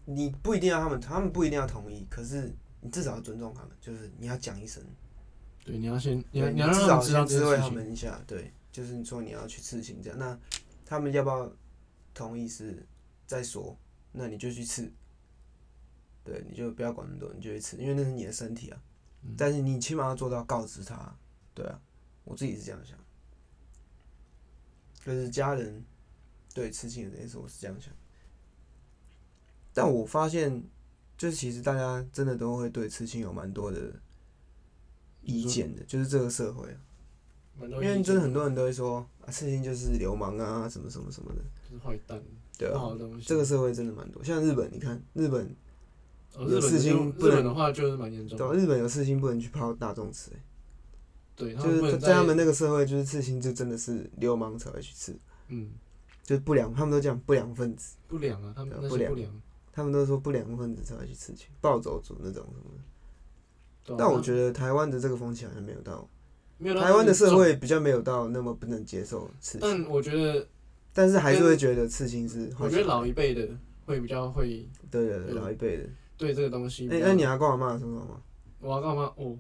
Speaker 2: 你不一定要他们，他们不一定要同意，可是你至少要尊重他们，就是你要讲一声，
Speaker 1: 对，你要先，你要
Speaker 2: 对
Speaker 1: 你
Speaker 2: 你
Speaker 1: 要让
Speaker 2: 至
Speaker 1: 他
Speaker 2: 少
Speaker 1: 们知道
Speaker 2: 先
Speaker 1: 这
Speaker 2: 知
Speaker 1: 件
Speaker 2: 会
Speaker 1: 事
Speaker 2: 他
Speaker 1: 情。
Speaker 2: 们一下，对，就是你说你要去刺青这样，那他们要不要同意是再说，那你就去刺，对，你就不要管那么多，你就去刺，因为那是你的身体啊，
Speaker 1: 嗯
Speaker 2: 但是你起码要做到告知他，对啊，我自己是这样想，就是家人对刺青的这件事，我是这样想。但我发现，就是其实大家真的都会对刺青有蛮多的意见的，就是这个社会啊，
Speaker 1: 蛮
Speaker 2: 因
Speaker 1: 多意见
Speaker 2: 为真的很多人都会说啊，刺青就是流氓啊，什么什么什么的，
Speaker 1: 就是坏蛋，
Speaker 2: 对
Speaker 1: 不
Speaker 2: 啊
Speaker 1: 好，的东西。
Speaker 2: 这个社会真的蛮多。像日本，你看日本，
Speaker 1: 哦日本
Speaker 2: 事情
Speaker 1: 就
Speaker 2: 不
Speaker 1: 日
Speaker 2: 能
Speaker 1: 本的话就是蛮严重
Speaker 2: 对
Speaker 1: 的
Speaker 2: 啊，，日本有刺青不能去泡大众吃、欸
Speaker 1: 对，他
Speaker 2: 啊就
Speaker 1: 们不
Speaker 2: 是
Speaker 1: 能
Speaker 2: 在他们那个社会，就是刺青就真的是流氓才会去刺，
Speaker 1: 嗯
Speaker 2: 就是不良，他们都讲不良分子，
Speaker 1: 不良啊，他们
Speaker 2: 对啊
Speaker 1: 那
Speaker 2: 不
Speaker 1: 些
Speaker 2: 良
Speaker 1: 不良。
Speaker 2: 他们都说不良分子才会去刺青，暴走族那种什么的。
Speaker 1: 对啊
Speaker 2: 但我觉得台湾的这个风气好像没有到，
Speaker 1: 没有到
Speaker 2: 台湾的社
Speaker 1: 那么
Speaker 2: 会比较没有到那么不能接受刺
Speaker 1: 重，
Speaker 2: 青，
Speaker 1: 但我觉得
Speaker 2: 但是还是会觉得刺青是
Speaker 1: 呃我
Speaker 2: 坏
Speaker 1: 觉
Speaker 2: 事
Speaker 1: 得。老一辈的会比较会
Speaker 2: 对对对，
Speaker 1: 嗯
Speaker 2: 老一辈的。
Speaker 1: 对这个东西比
Speaker 2: 哎，
Speaker 1: 较。
Speaker 2: 那你阿公阿妈什么吗？
Speaker 1: 我要干嘛？哦，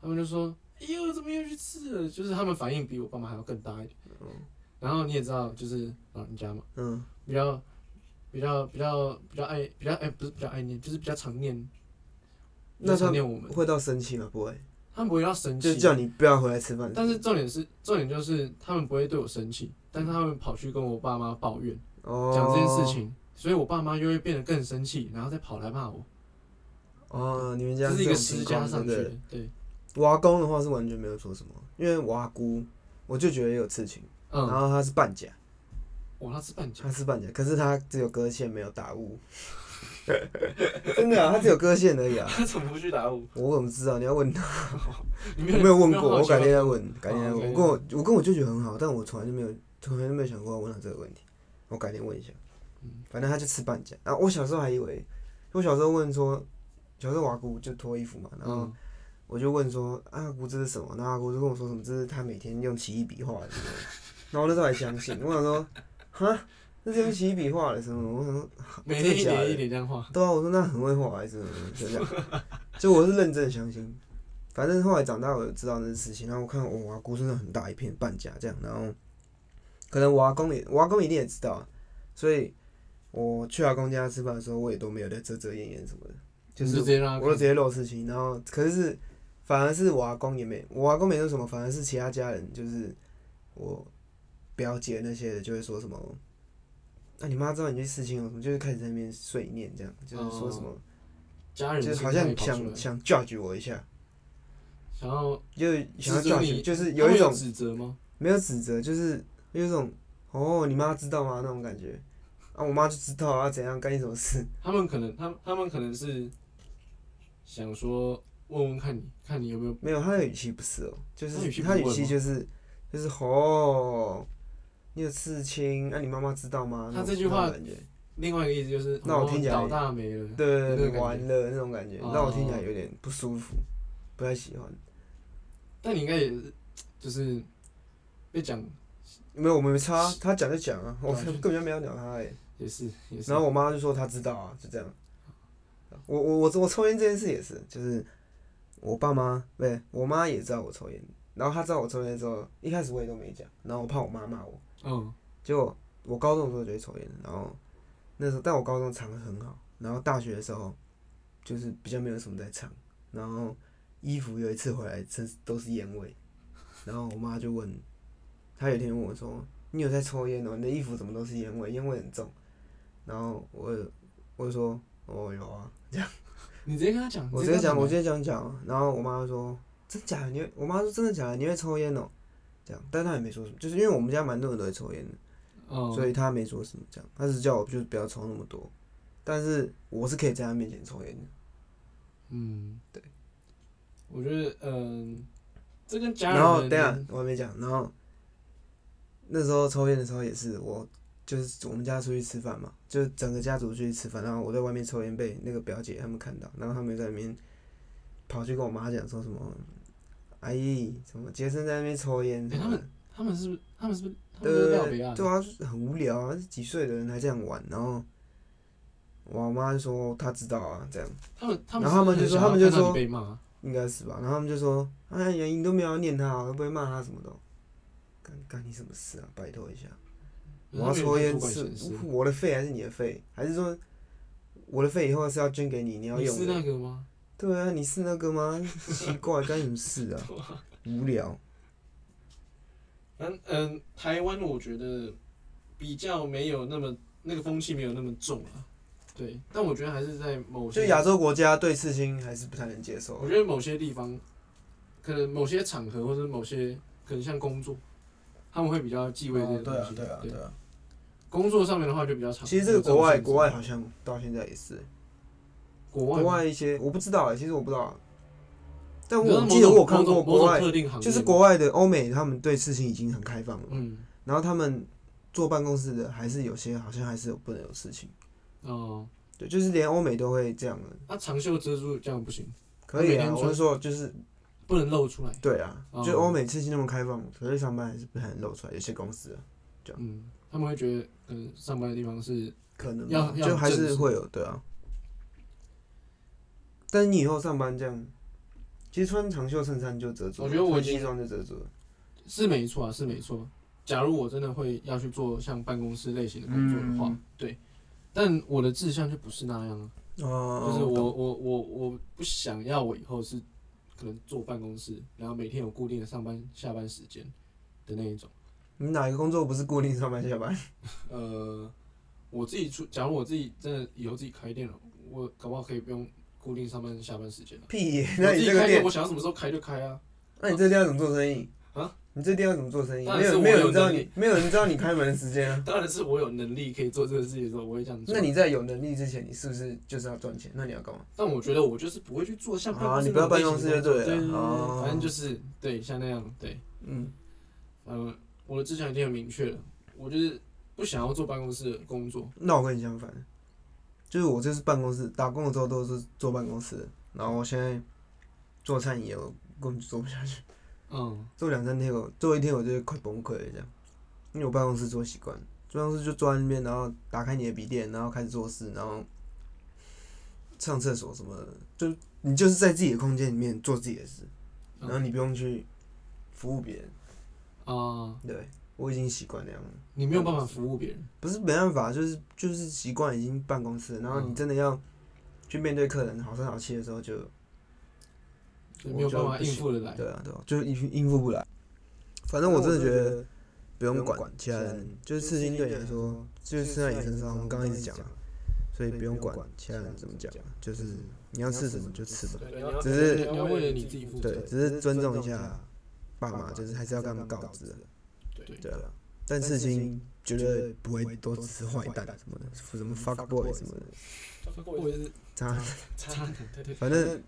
Speaker 1: 他们就说：“哎呦，怎么又去吃了？”就是他们反应比我爸妈还要更大一点。然后你也知道，就是老人家嘛，
Speaker 2: 嗯，
Speaker 1: 比较比较比较比较爱比较哎、不是比较爱念，就是比较常念，比较
Speaker 2: 那他
Speaker 1: 常
Speaker 2: 们
Speaker 1: 念我们。
Speaker 2: 会到生气吗？不会，
Speaker 1: 他们不会要生
Speaker 2: 就
Speaker 1: 气，啊
Speaker 2: 叫你不要回来吃饭。
Speaker 1: 但是重点是重点就是他们不会对我生气，但是他们跑去跟我爸妈抱怨
Speaker 2: 哦，
Speaker 1: 讲这件事情，所以我爸妈又会变得更生气，然后再跑来骂我，
Speaker 2: 哦，你们家
Speaker 1: 这是一
Speaker 2: 这
Speaker 1: 个
Speaker 2: 种
Speaker 1: 施
Speaker 2: 情
Speaker 1: 加
Speaker 2: 况
Speaker 1: 上去
Speaker 2: 对不
Speaker 1: 的
Speaker 2: 对。
Speaker 1: 对，
Speaker 2: 我阿公的话是完全没有说什么，因为我阿姑，我就觉得有刺青，然
Speaker 1: 嗯，
Speaker 2: 后他是半甲，
Speaker 1: 我他是半假，
Speaker 2: 他是半甲，可是他只有割线没有打雾，真的啊，他只有割线而已啊。
Speaker 1: 他 怎么不去打我？
Speaker 2: 我怎么知道？你要问他，
Speaker 1: 你
Speaker 2: 我没有问
Speaker 1: 你
Speaker 2: 过，
Speaker 1: 好
Speaker 2: 我
Speaker 1: 奇吗
Speaker 2: 改天再问，改天再
Speaker 1: 哦，OK
Speaker 2: 问。我跟我我跟我舅舅很好，但我从来就没有从来就没有想过要问他这个问题，我改天问一下
Speaker 1: 嗯。
Speaker 2: 反正他就吃半甲，然后我小时候还以为，我小时候问说，小时候我阿姑就脱衣服嘛，然后
Speaker 1: 嗯，
Speaker 2: 我就问说啊，阿姑这是什么？然后阿姑就跟我说什么，这是他每天用奇异笔画的什么。然后我那时候还相信，我想说，哈，那是用奇异笔画的什么？我想说，
Speaker 1: 每天一
Speaker 2: 嗯真的假的
Speaker 1: 点一点这样画，
Speaker 2: 对啊，我说那很会画还是什么？就这样，就我是认真的相信。反正后来长大，我就知道那是事情。然后我看哦我我阿姑身上很大一片半甲这样，然后可能我阿公也，我阿公一定也知道啊，所以我去阿公家吃饭的时候，我也都没有在遮遮掩掩什么的，就
Speaker 1: 你
Speaker 2: 是
Speaker 1: 直接让他
Speaker 2: 我就
Speaker 1: 看
Speaker 2: 直接露事情，然后可是是反而是我阿公也没，我阿公没说什么，反而是其他家人，就是我表姐那些的就会说什么，那、你妈知道你去刺青了，什么，就是开始在那边碎念这样，就是说什么，
Speaker 1: 家人
Speaker 2: 就是
Speaker 1: 心
Speaker 2: 好
Speaker 1: 态
Speaker 2: 像
Speaker 1: 跑出
Speaker 2: 想
Speaker 1: 来
Speaker 2: 想 judge 我一下，
Speaker 1: 想要
Speaker 2: 就是想要
Speaker 1: 指责
Speaker 2: judge，
Speaker 1: 你，
Speaker 2: 就是
Speaker 1: 他
Speaker 2: 有
Speaker 1: 们
Speaker 2: 一
Speaker 1: 有
Speaker 2: 种
Speaker 1: 指责吗？
Speaker 2: 没有指责，就是有一种哦，你妈知道吗那种感觉，啊，我妈就知道啊，怎样干你什么事，
Speaker 1: 他们可能，他们他们可能是想说问问看你，看你有没有
Speaker 2: 没有，他的语气不是哦，就
Speaker 1: 他语
Speaker 2: 是
Speaker 1: 气
Speaker 2: 他
Speaker 1: 不
Speaker 2: 语
Speaker 1: 会
Speaker 2: 气
Speaker 1: 吗
Speaker 2: 就是就是吼，你有刺青，那、你妈妈知道吗？
Speaker 1: 他
Speaker 2: 那种
Speaker 1: 这句话
Speaker 2: 那种感觉，
Speaker 1: 另外一个意思就是，
Speaker 2: 那我听起来
Speaker 1: 哦老大没了，
Speaker 2: 对
Speaker 1: 那
Speaker 2: 对对，
Speaker 1: 种感
Speaker 2: 完了那种感觉，
Speaker 1: 哦
Speaker 2: 让我听起来有点不舒服，不太喜欢。
Speaker 1: 但你应该也是就是被讲
Speaker 2: 没有，我们没差，他讲就讲啊，我
Speaker 1: 对啊就
Speaker 2: 根本就没有鸟他哎、
Speaker 1: 也是也是，
Speaker 2: 然后我妈就说她知道啊，就这样。我我我我抽烟这件事也是，就是我爸妈不对，我妈也知道我抽烟，然后她知道我抽烟之后，一开始我也都没讲，然后我怕我妈骂我。
Speaker 1: 嗯
Speaker 2: 结果我高中的时候就会抽烟，然后那时候但我高中藏的很好，然后大学的时候就是比较没有什么在藏，然后衣服有一次回来真都是烟味，然后我妈就问，她有一天问我说：“你有在抽烟哦？你的衣服怎么都是烟味？烟味很重。”然后我我就说：“哦，有啊。”
Speaker 1: 你直接跟他讲，
Speaker 2: 我直
Speaker 1: 直
Speaker 2: 接
Speaker 1: 跟他
Speaker 2: 讲，我直
Speaker 1: 讲
Speaker 2: 接讲讲，然后我妈就说真假的，你会我妈说真的假的，你会抽烟哦，这样，但她也没说什么，就是因为我们家蛮多人都会抽烟的，
Speaker 1: 哦，
Speaker 2: 所以他没说什么，这样，他只叫我就是不要抽那么多，但是我是可以在他面前抽烟的，
Speaker 1: 嗯
Speaker 2: 对，
Speaker 1: 我觉得嗯，这跟家人
Speaker 2: 然后
Speaker 1: 的
Speaker 2: 等一下我还没讲，然后那时候抽烟的时候也是我。就是我们家出去吃饭嘛，就是整个家族出去吃饭，然后我在外面抽烟被那个表姐他们看到，然后他们在那边跑去跟我妈讲说什么，阿姨什么杰森在那边抽烟什
Speaker 1: 哎他
Speaker 2: 么
Speaker 1: 们
Speaker 2: 的，
Speaker 1: 他们是不是他们是不是他们都是
Speaker 2: 对
Speaker 1: 廖
Speaker 2: 对
Speaker 1: 北
Speaker 2: 对，
Speaker 1: 亚？
Speaker 2: 对啊，就是很无聊啊，几岁的人还这样玩，然后我妈就说她知道啊，这样
Speaker 1: 他们他们
Speaker 2: 然后他们
Speaker 1: 是
Speaker 2: 就
Speaker 1: 不是
Speaker 2: 说
Speaker 1: 很想要
Speaker 2: 他们
Speaker 1: 看
Speaker 2: 就
Speaker 1: 到
Speaker 2: 说
Speaker 1: 你被骂，
Speaker 2: 应该是吧，然后他们就说，哎呀，你都没有要念他啊，都不会骂他什么的哦，干干你什么事啊，拜托一下，我要抽烟是
Speaker 1: 哦
Speaker 2: 我的肺还是你的肺，还是说我的肺以后是要捐给你，你要
Speaker 1: 你是
Speaker 2: 用
Speaker 1: 那
Speaker 2: 的？
Speaker 1: 个吗？
Speaker 2: 对啊，你是那个吗？奇怪，干你什么 事啊？无聊，
Speaker 1: 嗯嗯，台湾我觉得比较没有那么那个风气没有那么重啊。对，但我觉得还是在某
Speaker 2: 就
Speaker 1: 些，
Speaker 2: 亚洲国家对刺青还是不太能接受
Speaker 1: 我
Speaker 2: 啊。
Speaker 1: 觉得某些地方，可能某些场合或者某些可能像工作，他们会比较忌讳这些
Speaker 2: 哦
Speaker 1: 东
Speaker 2: 对啊
Speaker 1: 西。，
Speaker 2: 对啊，对啊。
Speaker 1: 工作上面的话就比较常。
Speaker 2: 其实这个国外
Speaker 1: 有这种限制
Speaker 2: 国外好像到现在也是，
Speaker 1: 国外
Speaker 2: 国
Speaker 1: 吗，
Speaker 2: 外一些我不知道哎、其实我不知道，但
Speaker 1: 你知道
Speaker 2: 我
Speaker 1: 某
Speaker 2: 记得
Speaker 1: 种
Speaker 2: 我有看
Speaker 1: 某种某
Speaker 2: 过国
Speaker 1: 种
Speaker 2: 外，
Speaker 1: 特定行业
Speaker 2: 就是
Speaker 1: 吗
Speaker 2: 国外的欧美，他们对刺青已经很开放了，
Speaker 1: 嗯
Speaker 2: 然后他们坐办公室的还是有些好像还是有不能有刺青，
Speaker 1: 哦，
Speaker 2: 对，就是连欧美都会这样的，
Speaker 1: 那、长袖遮住这样不行，
Speaker 2: 可以
Speaker 1: 他每
Speaker 2: 啊，
Speaker 1: 天
Speaker 2: 我
Speaker 1: 穿
Speaker 2: 是说就是
Speaker 1: 不能露出来。
Speaker 2: 对啊，
Speaker 1: 哦
Speaker 2: 就欧美刺青那么开放，可是上班还是不太能露出来，有些公司啊
Speaker 1: 嗯，他们会觉得，嗯，上班的地方是
Speaker 2: 可能
Speaker 1: 要
Speaker 2: 吧
Speaker 1: 要
Speaker 2: 就还
Speaker 1: 正
Speaker 2: 是
Speaker 1: 式
Speaker 2: 会有对啊，但是你以后上班这样。其实穿长袖衬衫就遮住
Speaker 1: 我
Speaker 2: 了，
Speaker 1: 觉得我已
Speaker 2: 穿
Speaker 1: 经
Speaker 2: 西装就遮住了。
Speaker 1: 是没错啊，是没错。假如我真的会要去做像办公室类型的工作的话，
Speaker 2: 嗯
Speaker 1: 对，但我的志向就不是那样啊，就
Speaker 2: 哦
Speaker 1: 是
Speaker 2: 懂
Speaker 1: 我我我我不想要我以后是可能坐办公室，然后每天有固定的上班下班时间的那一种。
Speaker 2: 你哪一个工作不是固定上班下班？
Speaker 1: 呃，我自己出，假如我自己真的以后自己开店了，我搞不好可以不用固定上班下班时间了。
Speaker 2: 屁！那
Speaker 1: 我
Speaker 2: 你
Speaker 1: 自己
Speaker 2: 这
Speaker 1: 开
Speaker 2: 个
Speaker 1: 店，
Speaker 2: 店
Speaker 1: 我，想要什么时候开就开啊。
Speaker 2: 那你这店要怎么做生意
Speaker 1: 啊？
Speaker 2: 你这店要怎么做生意？
Speaker 1: 当
Speaker 2: 没
Speaker 1: 然是
Speaker 2: 有没有
Speaker 1: 我有
Speaker 2: 人知道
Speaker 1: 能
Speaker 2: 你
Speaker 1: 力
Speaker 2: 没有人知道你开门的时间啊。
Speaker 1: 当然是我有能力可以做这个事情的时候，我会这样做。
Speaker 2: 那你在有能力之前，你是不是就是要赚钱？那你要干嘛？
Speaker 1: 但我觉得我就是不会去做像办公
Speaker 2: 啊
Speaker 1: 室
Speaker 2: 你不要
Speaker 1: 那种
Speaker 2: 办公室
Speaker 1: 类型的
Speaker 2: 就对
Speaker 1: 工作
Speaker 2: 了
Speaker 1: 对对对
Speaker 2: 哦
Speaker 1: 反正就是对像那样对，
Speaker 2: 嗯，
Speaker 1: 呃，我的志向已经很明确了，我就是不想要做办公室的工作，
Speaker 2: 那我跟你相反，就是我就是办公室打工的时候都是坐办公室的，然后我现在做餐饮业，我根本就做不下去，
Speaker 1: 嗯，
Speaker 2: 做两三天我做一天我就快崩溃了这样，因为我办公室做习惯了，办公室就坐在那边，然后打开你的笔电，然后开始做事，然后上厕所什么的，就你就是在自己的空间里面做自己的事，然后你不用去服务别人。
Speaker 1: 啊、
Speaker 2: 对我已经习惯那样了，
Speaker 1: 你没有办法服务别人，
Speaker 2: 不是没办法，就是就是习惯已经办公室了，然后你
Speaker 1: 嗯
Speaker 2: 真的要去面对客人好声好气的时候就，
Speaker 1: 就没有办
Speaker 2: 我
Speaker 1: 法
Speaker 2: 就不
Speaker 1: 应
Speaker 2: 行
Speaker 1: 付的来。
Speaker 2: 对啊对啊，就应应付不来。反正我真的觉得。不用管其他
Speaker 4: 其他
Speaker 2: 人
Speaker 4: 人，
Speaker 2: 就是
Speaker 4: 就是
Speaker 2: 刺青
Speaker 4: 刺青
Speaker 2: 对你来
Speaker 4: 对
Speaker 2: 说
Speaker 4: 你来说
Speaker 2: 就是
Speaker 4: 就是
Speaker 2: 刺在
Speaker 4: 在
Speaker 2: 你
Speaker 4: 你
Speaker 2: 身
Speaker 4: 身
Speaker 2: 上。
Speaker 4: 上
Speaker 2: 我们
Speaker 4: 我
Speaker 2: 刚
Speaker 4: 刚
Speaker 2: 刚
Speaker 4: 刚
Speaker 2: 一
Speaker 4: 一
Speaker 2: 直讲
Speaker 4: 直讲
Speaker 2: 啊
Speaker 4: 啊，
Speaker 2: 所以不
Speaker 4: 所以不
Speaker 2: 用
Speaker 4: 用
Speaker 2: 管
Speaker 4: 管
Speaker 2: 其他
Speaker 4: 其他
Speaker 2: 人
Speaker 4: 人
Speaker 2: 怎
Speaker 4: 怎
Speaker 2: 么
Speaker 4: 么
Speaker 2: 讲
Speaker 4: 讲，
Speaker 2: 就是
Speaker 4: 就是
Speaker 2: 你要
Speaker 4: 要
Speaker 2: 刺
Speaker 4: 刺
Speaker 2: 什
Speaker 4: 什
Speaker 2: 么
Speaker 4: 么
Speaker 2: 就
Speaker 4: 就
Speaker 2: 刺
Speaker 4: 刺
Speaker 2: 吧
Speaker 4: 吧。
Speaker 1: 对
Speaker 4: 对
Speaker 1: 你要
Speaker 2: 只是
Speaker 1: 你要为了你自己负责
Speaker 2: 对，。
Speaker 4: 对
Speaker 2: 只是尊重一
Speaker 4: 尊重一
Speaker 2: 下
Speaker 4: 下
Speaker 2: 爸
Speaker 4: 爸
Speaker 2: 妈，
Speaker 4: 妈
Speaker 2: 就
Speaker 4: 就是是
Speaker 2: 还
Speaker 4: 还
Speaker 2: 是
Speaker 4: 是
Speaker 2: 要
Speaker 4: 要
Speaker 2: 跟
Speaker 4: 跟
Speaker 2: 他
Speaker 4: 他
Speaker 2: 们
Speaker 4: 们
Speaker 2: 告
Speaker 4: 告
Speaker 2: 知的
Speaker 4: 知的，
Speaker 1: 对，
Speaker 2: 对啊。但
Speaker 4: 但
Speaker 2: 刺
Speaker 4: 刺
Speaker 2: 青
Speaker 4: 青
Speaker 2: 绝
Speaker 4: 绝
Speaker 2: 对
Speaker 4: 对
Speaker 2: 不
Speaker 4: 不
Speaker 2: 会
Speaker 4: 会
Speaker 2: 都
Speaker 4: 都
Speaker 2: 只
Speaker 4: 只
Speaker 2: 是
Speaker 4: 是
Speaker 2: 坏
Speaker 4: 坏
Speaker 2: 蛋
Speaker 4: 蛋
Speaker 2: 什么的，什么
Speaker 4: 么
Speaker 2: fuck
Speaker 4: fuck
Speaker 2: boy
Speaker 4: boy
Speaker 2: 什么的，
Speaker 1: 我也是
Speaker 2: 渣男，
Speaker 1: 差点对对，
Speaker 2: 反
Speaker 4: 反
Speaker 2: 正
Speaker 4: 正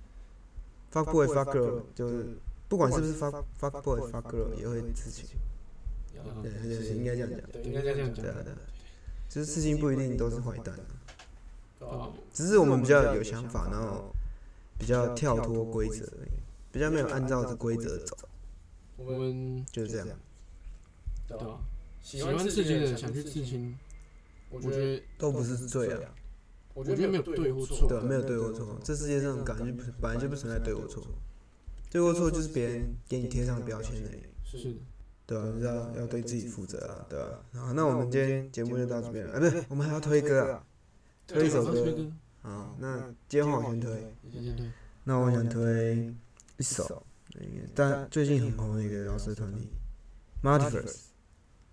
Speaker 2: fuck
Speaker 4: fuck
Speaker 2: boy
Speaker 4: boy
Speaker 2: fuck
Speaker 4: fuck
Speaker 2: girl
Speaker 4: girl
Speaker 2: 就
Speaker 4: 就是是
Speaker 2: 不
Speaker 4: 不
Speaker 2: 管
Speaker 4: 管
Speaker 2: 是
Speaker 4: 是
Speaker 2: 不
Speaker 4: 不
Speaker 2: 是
Speaker 4: 是
Speaker 2: fuck
Speaker 4: fuck
Speaker 2: fuck boy
Speaker 4: fuck boy
Speaker 2: fuck
Speaker 4: fuck
Speaker 2: girl
Speaker 4: girl
Speaker 2: 也
Speaker 4: 也
Speaker 2: 会
Speaker 4: 会
Speaker 2: 刺
Speaker 4: 刺
Speaker 2: 青
Speaker 4: 青，，
Speaker 1: 啊
Speaker 2: 对，
Speaker 4: 对
Speaker 2: 就是
Speaker 4: 对
Speaker 2: 应该这样讲，
Speaker 1: 对，应该这样讲
Speaker 2: 对啊对啊，就
Speaker 4: 就是是
Speaker 2: 刺
Speaker 4: 刺
Speaker 2: 青
Speaker 4: 青
Speaker 2: 不
Speaker 4: 不
Speaker 2: 一
Speaker 4: 一
Speaker 2: 定
Speaker 4: 定
Speaker 2: 都
Speaker 4: 都
Speaker 2: 是
Speaker 4: 是
Speaker 2: 坏
Speaker 4: 坏
Speaker 2: 蛋
Speaker 4: 蛋，，
Speaker 1: 哦，
Speaker 2: 只
Speaker 4: 只
Speaker 2: 是
Speaker 4: 是
Speaker 2: 我
Speaker 4: 我
Speaker 2: 们
Speaker 4: 们
Speaker 2: 比
Speaker 4: 比
Speaker 2: 较
Speaker 4: 较
Speaker 2: 有
Speaker 4: 有
Speaker 2: 想
Speaker 4: 想
Speaker 2: 法
Speaker 4: 法，，
Speaker 2: 然
Speaker 4: 然
Speaker 2: 后
Speaker 4: 后
Speaker 2: 比
Speaker 4: 比
Speaker 2: 较
Speaker 4: 较
Speaker 2: 跳
Speaker 4: 跳
Speaker 2: 脱
Speaker 4: 脱
Speaker 2: 规
Speaker 4: 规
Speaker 2: 则
Speaker 4: 则，，
Speaker 2: 比
Speaker 4: 比
Speaker 2: 较
Speaker 4: 较
Speaker 2: 没
Speaker 4: 没
Speaker 2: 有
Speaker 4: 有
Speaker 2: 按
Speaker 4: 按
Speaker 2: 照
Speaker 4: 照
Speaker 2: 这
Speaker 4: 这
Speaker 2: 规
Speaker 4: 规
Speaker 2: 则
Speaker 4: 则
Speaker 2: 走
Speaker 4: 走，，
Speaker 1: 我们
Speaker 2: 就是这样。
Speaker 1: 对吧、喜
Speaker 5: 喜
Speaker 1: 欢
Speaker 5: 欢
Speaker 1: 刺青
Speaker 5: 刺青
Speaker 1: 的
Speaker 5: 的
Speaker 1: 人
Speaker 5: 人
Speaker 1: 想
Speaker 5: 想
Speaker 1: 去
Speaker 5: 去
Speaker 1: 刺
Speaker 5: 刺
Speaker 1: 青，我
Speaker 5: 我
Speaker 1: 觉
Speaker 5: 觉
Speaker 1: 得
Speaker 5: 得
Speaker 2: 都不是罪啊，
Speaker 1: 我
Speaker 5: 我
Speaker 1: 觉得
Speaker 5: 觉
Speaker 1: 没
Speaker 5: 得没
Speaker 1: 有
Speaker 5: 有
Speaker 1: 对
Speaker 5: 对
Speaker 1: 或
Speaker 5: 或
Speaker 1: 错
Speaker 5: 错，
Speaker 2: 对啊，没有对
Speaker 4: 对
Speaker 2: 或
Speaker 4: 或
Speaker 2: 错
Speaker 4: 错，
Speaker 2: 这世界
Speaker 4: 这
Speaker 2: 上
Speaker 4: 种
Speaker 2: 感
Speaker 4: 感
Speaker 2: 觉
Speaker 4: 觉
Speaker 2: 不
Speaker 4: 不
Speaker 2: 是
Speaker 4: 是
Speaker 2: 本
Speaker 4: 本
Speaker 2: 来
Speaker 4: 来
Speaker 2: 就
Speaker 4: 就
Speaker 2: 不
Speaker 4: 不
Speaker 2: 存
Speaker 4: 存
Speaker 2: 在
Speaker 4: 在
Speaker 2: 对
Speaker 4: 对
Speaker 2: 或
Speaker 4: 或
Speaker 2: 错
Speaker 4: 错，，
Speaker 2: 对
Speaker 4: 对
Speaker 2: 或
Speaker 4: 或
Speaker 2: 错
Speaker 4: 错
Speaker 2: 就
Speaker 4: 就是是
Speaker 2: 别
Speaker 4: 别
Speaker 2: 人
Speaker 4: 人
Speaker 2: 给你
Speaker 4: 给你
Speaker 2: 贴
Speaker 4: 贴
Speaker 2: 上
Speaker 4: 上
Speaker 2: 的
Speaker 4: 的
Speaker 2: 标
Speaker 4: 标
Speaker 2: 签
Speaker 4: 签
Speaker 2: 而
Speaker 4: 而
Speaker 2: 已
Speaker 4: 已。。
Speaker 1: 是
Speaker 2: 对啊，
Speaker 4: 对
Speaker 2: 要
Speaker 4: 啊
Speaker 2: 要
Speaker 4: 要
Speaker 2: 对
Speaker 4: 对
Speaker 2: 自
Speaker 4: 自
Speaker 2: 己
Speaker 4: 己
Speaker 2: 负
Speaker 4: 负
Speaker 2: 责
Speaker 4: 责
Speaker 2: 啊
Speaker 4: 啊，
Speaker 2: 对啊
Speaker 4: 对啊。
Speaker 2: 然后那
Speaker 4: 那
Speaker 2: 我
Speaker 4: 我
Speaker 2: 们
Speaker 4: 们
Speaker 2: 今天节
Speaker 4: 今天
Speaker 2: 目
Speaker 4: 节目
Speaker 2: 就
Speaker 4: 就
Speaker 2: 到
Speaker 4: 到
Speaker 2: 这
Speaker 4: 这
Speaker 2: 边
Speaker 4: 边
Speaker 2: 了，哎，
Speaker 4: 了，哎，
Speaker 2: 不对我们
Speaker 4: 不对，，我们
Speaker 2: 还
Speaker 4: 还
Speaker 2: 要
Speaker 4: 要
Speaker 2: 推
Speaker 4: 推
Speaker 2: 歌啊
Speaker 4: 歌啊，。
Speaker 2: 推
Speaker 4: 推
Speaker 2: 一
Speaker 4: 一
Speaker 2: 首歌
Speaker 4: 首歌。
Speaker 2: 好
Speaker 4: 好，，
Speaker 2: 那
Speaker 4: 那
Speaker 2: 今天
Speaker 4: 今天
Speaker 2: 换我
Speaker 4: 换我
Speaker 2: 先
Speaker 4: 先
Speaker 2: 推
Speaker 4: 推，，
Speaker 2: 那我想推一首，但最近很红的一个饶舌团体 m u d i v e r s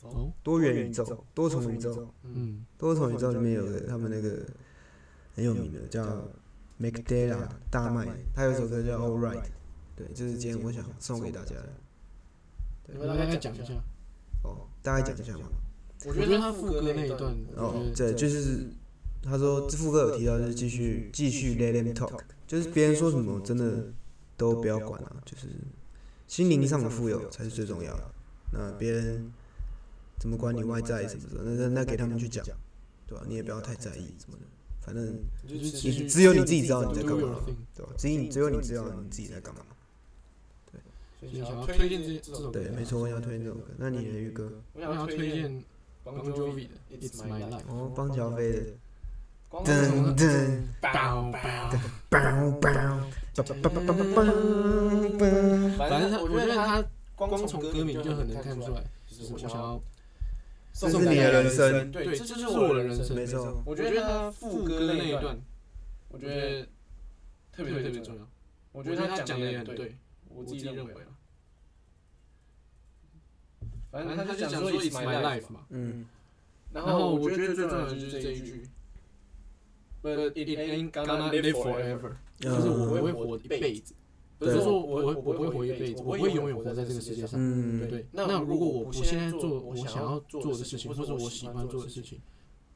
Speaker 1: 哦，
Speaker 2: 多元宇宙、多重宇宙、，
Speaker 1: 嗯，
Speaker 2: 多重宇宙里面有个他们那个很有名的叫 Make Data 大麦，他有一首歌叫 All Right，对，这
Speaker 4: 就是是
Speaker 2: 今
Speaker 4: 今
Speaker 2: 天
Speaker 4: 天
Speaker 2: 我
Speaker 4: 我
Speaker 2: 想
Speaker 4: 想
Speaker 2: 送
Speaker 4: 送
Speaker 2: 给
Speaker 4: 给
Speaker 2: 大
Speaker 4: 大
Speaker 2: 家
Speaker 4: 家
Speaker 2: 的
Speaker 4: 的。
Speaker 1: 你们大概讲一下。
Speaker 2: 哦，大概讲一下嘛。
Speaker 1: 我觉得他副歌那一段，我
Speaker 2: 哦，
Speaker 1: 觉得
Speaker 2: 对，就是他说这副歌有提到，就是继续继续 let them talk，就是别人说什么真的都不要管啊，就是心灵上的富有才是最重要的。那别人怎么管你外在什么的，那那那给他们去讲，对吧、你也不要太在意什么的，反正
Speaker 1: 你就是持
Speaker 2: 你
Speaker 1: 续
Speaker 2: 只有你自己知道你在干
Speaker 1: do
Speaker 2: 嘛
Speaker 1: your，thing，
Speaker 2: 对吧、只有你只有你知道你自己在干嘛。
Speaker 1: 所以想要推荐这这首歌。
Speaker 2: 对，没错，我想推荐这首歌。那你的预歌，
Speaker 1: 我想要推荐邦 Jovi 的《It's My Life》。
Speaker 2: 哦，邦乔飞的，
Speaker 5: 光
Speaker 1: 这种
Speaker 2: 噔噔
Speaker 1: 包包，
Speaker 2: 梆梆梆梆梆梆梆梆。
Speaker 1: 反正他，我觉得他光
Speaker 5: 光
Speaker 1: 从
Speaker 5: 从
Speaker 1: 歌
Speaker 5: 歌
Speaker 1: 名
Speaker 5: 名
Speaker 1: 就
Speaker 5: 就
Speaker 1: 很
Speaker 5: 很
Speaker 1: 能看
Speaker 5: 能看
Speaker 1: 出
Speaker 5: 出
Speaker 1: 来
Speaker 5: 来，
Speaker 1: 就是我
Speaker 5: 我
Speaker 1: 想
Speaker 5: 想
Speaker 1: 要
Speaker 5: 要，
Speaker 2: 这是你的人生，
Speaker 1: 对，这就是
Speaker 5: 是
Speaker 1: 我的
Speaker 5: 的
Speaker 1: 人生
Speaker 2: 没错，
Speaker 1: 我觉得他副歌那一段，我觉得特别特别重要。我
Speaker 5: 我
Speaker 1: 觉
Speaker 5: 觉
Speaker 1: 得
Speaker 5: 得
Speaker 1: 他
Speaker 5: 他
Speaker 1: 讲
Speaker 5: 讲
Speaker 1: 的
Speaker 5: 的
Speaker 1: 也
Speaker 5: 也
Speaker 1: 很
Speaker 5: 很对，
Speaker 1: 对，我
Speaker 5: 我
Speaker 1: 自
Speaker 5: 自
Speaker 1: 己
Speaker 5: 己
Speaker 1: 认
Speaker 5: 认
Speaker 1: 为
Speaker 5: 为
Speaker 1: 了。
Speaker 5: 反
Speaker 1: 反
Speaker 5: 正
Speaker 1: 正他
Speaker 5: 他
Speaker 1: 就
Speaker 5: 就
Speaker 1: 讲
Speaker 5: 讲
Speaker 1: 说
Speaker 5: 说
Speaker 1: It's
Speaker 5: “It's
Speaker 1: my
Speaker 5: my
Speaker 1: life”
Speaker 5: life”
Speaker 1: 嘛，
Speaker 2: 嗯，
Speaker 1: 然
Speaker 4: 然后
Speaker 1: 后
Speaker 4: 我
Speaker 1: 我
Speaker 4: 觉
Speaker 1: 觉
Speaker 4: 得
Speaker 1: 得
Speaker 4: 最
Speaker 1: 最
Speaker 4: 重
Speaker 1: 重
Speaker 4: 要
Speaker 1: 要的
Speaker 4: 的就
Speaker 1: 就是是
Speaker 4: 这
Speaker 1: 这
Speaker 4: 一
Speaker 1: 一
Speaker 4: 句
Speaker 1: 句，But it ain't gonna live forever，就是我
Speaker 2: 嗯
Speaker 1: 不会活一辈子，不
Speaker 2: 对
Speaker 1: 是说我我我不会活一辈子，我不会永远活在这个世界上。
Speaker 2: 嗯，
Speaker 1: 对，
Speaker 4: 那
Speaker 1: 那
Speaker 4: 如
Speaker 1: 如
Speaker 4: 果
Speaker 1: 果
Speaker 4: 我
Speaker 1: 我
Speaker 4: 现
Speaker 1: 现
Speaker 4: 在
Speaker 1: 在
Speaker 4: 做
Speaker 1: 做
Speaker 4: 我
Speaker 1: 我
Speaker 4: 想
Speaker 1: 想
Speaker 4: 要
Speaker 1: 要
Speaker 4: 做
Speaker 1: 做
Speaker 4: 的
Speaker 1: 的
Speaker 4: 事
Speaker 1: 事
Speaker 4: 情
Speaker 1: 情，
Speaker 4: 或
Speaker 1: 或
Speaker 4: 者
Speaker 1: 者
Speaker 4: 我
Speaker 1: 我
Speaker 4: 喜
Speaker 1: 喜
Speaker 4: 欢
Speaker 1: 欢
Speaker 4: 做
Speaker 1: 做
Speaker 4: 的
Speaker 1: 的
Speaker 4: 事
Speaker 1: 事
Speaker 4: 情
Speaker 1: 情，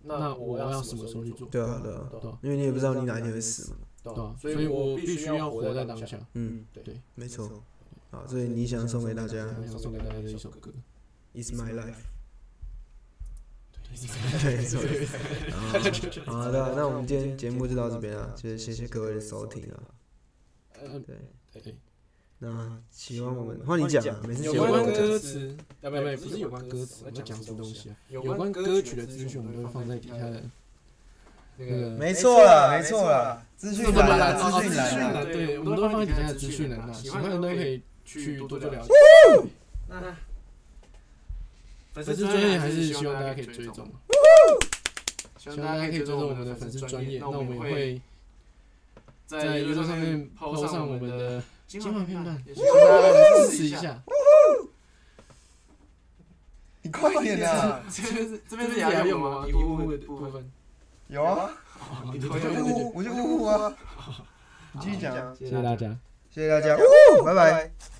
Speaker 4: 那
Speaker 1: 那
Speaker 4: 我
Speaker 1: 我
Speaker 4: 要
Speaker 1: 要
Speaker 4: 什
Speaker 1: 什
Speaker 4: 么
Speaker 1: 么
Speaker 4: 时
Speaker 1: 时
Speaker 4: 候
Speaker 1: 候
Speaker 4: 去
Speaker 1: 去
Speaker 4: 做
Speaker 1: 做？
Speaker 2: 对啊，对啊，
Speaker 4: 对啊
Speaker 2: 因为你也不知道你哪一天会死嘛。
Speaker 4: 对
Speaker 1: 对
Speaker 4: 吧
Speaker 1: 吧？？
Speaker 4: 所
Speaker 1: 所
Speaker 4: 以
Speaker 1: 以
Speaker 4: 我
Speaker 1: 我
Speaker 4: 必
Speaker 1: 必
Speaker 4: 须
Speaker 1: 须
Speaker 4: 要
Speaker 1: 要
Speaker 4: 活
Speaker 1: 活
Speaker 4: 在
Speaker 1: 在
Speaker 4: 当
Speaker 1: 当
Speaker 4: 下
Speaker 1: 下。。
Speaker 2: 嗯，
Speaker 4: 对，
Speaker 2: 没
Speaker 1: 没
Speaker 2: 错
Speaker 1: 错。
Speaker 2: 好，啊所以你想送给大家
Speaker 1: 我想送给大家的一首歌，
Speaker 2: 《Is My Life》。
Speaker 4: 对
Speaker 2: 没错。 啊好的，那我们今天节目就到这边了，就是谢谢各位的收听啊。
Speaker 1: 呃，
Speaker 2: 对，
Speaker 1: 对，
Speaker 2: 那喜欢我们，换你讲啊，每次
Speaker 1: 有
Speaker 2: 节目
Speaker 1: 关
Speaker 2: 都讲
Speaker 1: 歌词，啊，不不，不是有关歌词，我们讲什么东西啊？有关歌曲的资讯，我们都会放在底下的那个
Speaker 5: 没错啦，没错啦，资讯
Speaker 1: 资
Speaker 5: 栏
Speaker 1: 栏
Speaker 5: 啦，
Speaker 1: 哦
Speaker 5: 资讯栏啦。
Speaker 1: 栏对，我们都会放在底下的资讯栏啊，喜欢的都可以去多多了解。
Speaker 4: 那
Speaker 1: 粉丝
Speaker 4: 粉丝
Speaker 1: 专
Speaker 4: 专业
Speaker 1: 业
Speaker 4: 还
Speaker 1: 还
Speaker 4: 是
Speaker 1: 是
Speaker 4: 希
Speaker 1: 希
Speaker 4: 望
Speaker 1: 望
Speaker 4: 大
Speaker 1: 大家
Speaker 4: 家可
Speaker 1: 可
Speaker 4: 以
Speaker 1: 以追
Speaker 4: 追踪
Speaker 1: 踪，
Speaker 4: 嘛，
Speaker 1: 希望大家可以追踪我们的粉丝专业，那我们也会在
Speaker 4: 在
Speaker 1: 一
Speaker 4: y
Speaker 1: 周
Speaker 4: o
Speaker 1: 上
Speaker 4: 上
Speaker 1: 面
Speaker 4: 面
Speaker 1: 抛
Speaker 4: 抛
Speaker 1: 上
Speaker 4: 上
Speaker 1: 我
Speaker 4: 我
Speaker 1: 们
Speaker 4: 们的
Speaker 1: 的
Speaker 4: 精
Speaker 1: 精华
Speaker 4: 华
Speaker 1: 片
Speaker 4: 片
Speaker 1: 段
Speaker 4: 段，，
Speaker 1: 也
Speaker 4: 也
Speaker 1: 希
Speaker 4: 希
Speaker 1: 望
Speaker 4: 望
Speaker 1: 大家来
Speaker 4: 大家来
Speaker 1: 支
Speaker 4: 支
Speaker 1: 持
Speaker 4: 持
Speaker 1: 一
Speaker 4: 一
Speaker 1: 下
Speaker 4: 下。。
Speaker 5: 你快点啊！
Speaker 1: 这边是这边是也要用吗？义务的部分。
Speaker 5: 有啊，
Speaker 1: 你
Speaker 5: 我就呜，我就呜呼啊！你继续讲，
Speaker 1: 谢谢大家。
Speaker 5: 谢谢大家，呜呼，拜拜。